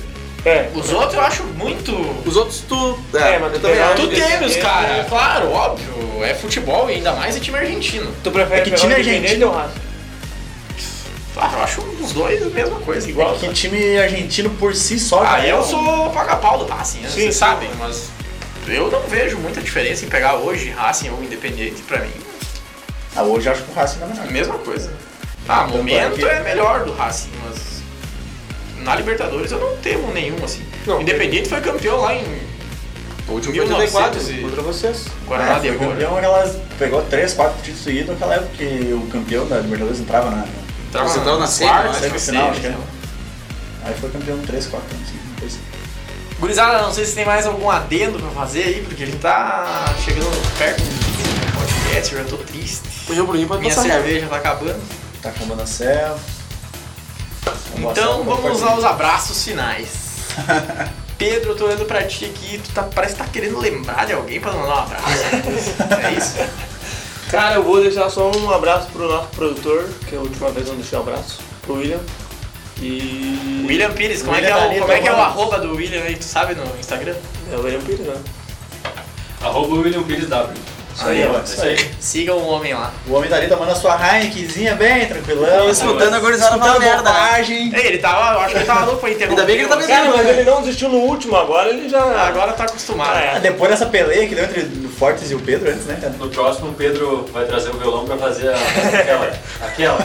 Speaker 6: É.
Speaker 2: Os outros eu acho muito...
Speaker 7: os outros tu.
Speaker 6: É, mas
Speaker 7: eu
Speaker 6: tu
Speaker 7: também
Speaker 6: pegar-
Speaker 7: acho.
Speaker 2: Tu
Speaker 6: que-
Speaker 2: teme os
Speaker 6: é-
Speaker 7: né?
Speaker 2: cara, claro, óbvio. É futebol e ainda mais é time argentino.
Speaker 6: Tu prefere
Speaker 8: É que
Speaker 6: pegar
Speaker 8: time
Speaker 6: o Independente
Speaker 8: argentino-
Speaker 6: ou o Racing?
Speaker 2: Ah, eu acho os dois a mesma coisa, igual.
Speaker 8: É que time argentino por si só. é um-
Speaker 2: Ah,
Speaker 8: cara,
Speaker 2: eu sou paga-pau do Racing, né?
Speaker 6: Sim,
Speaker 2: vocês
Speaker 6: sim.
Speaker 2: sabem, mas eu não vejo muita diferença em pegar hoje Racing ou Independente pra mim.
Speaker 8: Ah, hoje eu acho que o Racing não é
Speaker 2: É a
Speaker 8: melhor.
Speaker 2: mesma coisa. Ah,
Speaker 8: Tanto
Speaker 2: momento
Speaker 8: é que-
Speaker 2: é melhor do Racing, mas na Libertadores eu não temo nenhum assim.
Speaker 6: Não.
Speaker 2: Independente foi campeão lá em
Speaker 7: O último foi em 84
Speaker 8: e-
Speaker 7: contra vocês.
Speaker 8: Ah,
Speaker 2: Guardado e
Speaker 8: foi
Speaker 2: agora.
Speaker 8: campeão aquelas. Pegou 3, 4 títulos seguidos naquela época que o campeão da Libertadores entrava na
Speaker 2: Trava
Speaker 7: Você entrou na semi, eu
Speaker 8: quarta,
Speaker 7: acho,
Speaker 8: semifinal,
Speaker 2: na
Speaker 8: acho que era.
Speaker 2: semi,
Speaker 8: Aí foi campeão 3, 4 anos seguidos.
Speaker 2: Gurizada, não sei se tem mais algum adendo pra fazer aí, porque a gente tá chegando perto do fim do podcast, eu já tô triste.
Speaker 7: Hoje o Bruninho pode
Speaker 2: Minha
Speaker 7: passar reto.
Speaker 2: cerveja tá acabando.
Speaker 8: Tá acabando a serra.
Speaker 2: Então vamos lá os abraços finais. Pedro, eu tô olhando pra ti aqui, tu tá, parece que tá querendo lembrar de alguém pra mandar um abraço. é isso?
Speaker 6: Cara, eu vou deixar só um abraço pro nosso produtor, que é a última vez eu não deixei um abraço, pro William. E.
Speaker 2: William Pires, como,
Speaker 8: William
Speaker 2: é, que
Speaker 8: tá
Speaker 2: é, o,
Speaker 8: ali
Speaker 2: como é que é o
Speaker 8: tomando.
Speaker 2: arroba do William aí, tu sabe no Instagram?
Speaker 6: É o William Pires, né?
Speaker 11: Arroba William Pires W.
Speaker 8: Isso aí, ó. Isso aí.
Speaker 2: Sigam o um homem lá.
Speaker 8: O homem tá ali tomando a sua Heinekenzinha bem tranquilão.
Speaker 7: Escutando a
Speaker 2: tá
Speaker 7: gurizada falar
Speaker 8: Escutando
Speaker 7: merda, né?
Speaker 8: bobagem.
Speaker 2: Ei, ele tava, eu acho que ele tava louco pra interromper.
Speaker 7: Ainda bem que ele tá
Speaker 2: você.
Speaker 6: Cara, mas ele não desistiu no último, agora ele já.
Speaker 2: Agora tá acostumado.
Speaker 6: Ah, é.
Speaker 8: Ah, Depois dessa peleia que deu entre o Fortes e o Pedro antes, né, cara?
Speaker 11: No próximo, o Pedro vai trazer o violão pra fazer a- aquela. aquela.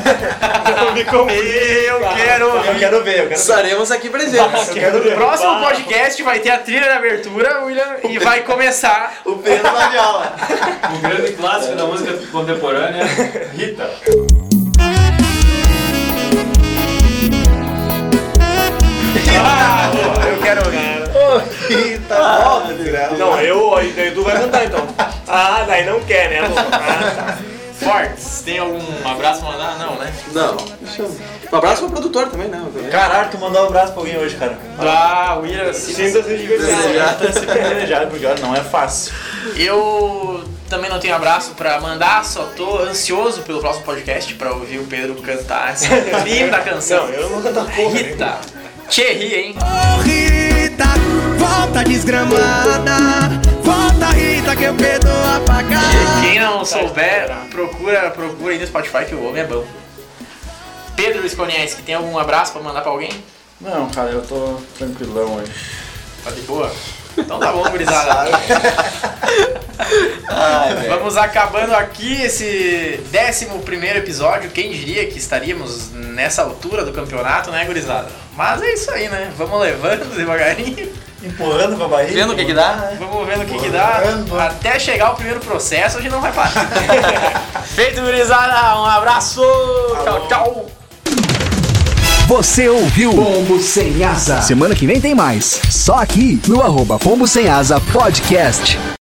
Speaker 2: Eu quero
Speaker 8: Eu quero ver, eu quero ver.
Speaker 7: Estaremos aqui presentes.
Speaker 8: Eu quero ver.
Speaker 2: Próximo podcast vai ter a trilha da abertura, William, e vai começar.
Speaker 8: O Pedro na viola.
Speaker 11: O grande clássico da música contemporânea, Rita.
Speaker 2: Eu quero ouvir.
Speaker 8: Tá bom, meu Deus.
Speaker 6: Não, eu, aí daí tu vai cantar então. Ah, daí não quer, né? Lu? Ah, tá.
Speaker 2: Fortes, tem algum abraço pra mandar? Não, né?
Speaker 7: Não. Um abraço pro produtor também, né?
Speaker 8: Caralho, tu mandou um abraço pra alguém hoje, cara.
Speaker 2: Ah, William, sim.
Speaker 6: Sinta-se
Speaker 7: Já.
Speaker 6: divertido.
Speaker 8: Tá se planejado, porque olha, não é fácil.
Speaker 2: Eu também não tenho abraço pra mandar, só tô ansioso pelo próximo podcast pra ouvir o Pedro cantar essa linda canção.
Speaker 6: Não, eu não vou cantar porra. né?
Speaker 2: Rita. Thierry, hein? Quem não souber, procura, procura aí no Spotify que o homem é bom. Pedro Skonierski, tem algum abraço pra mandar pra alguém?
Speaker 8: Não, cara, eu tô tranquilão hoje.
Speaker 2: Tá de boa? Então tá bom, gurizada. É. Vamos acabando aqui esse 11 episódio. Quem diria que estaríamos nessa altura do campeonato, né, gurizada? Mas é isso aí, né? Vamos levando devagarinho.
Speaker 8: Empurrando pra barriga.
Speaker 7: Vendo o que que dá?
Speaker 2: Vamos vendo o que, que dá. Até chegar o primeiro processo, a gente não vai parar. Feito, gurizada. Um abraço. Tchau, tchau.
Speaker 5: Você ouviu? Pombo sem asa. Semana que vem tem mais. Só aqui no arroba Pombo sem asa podcast.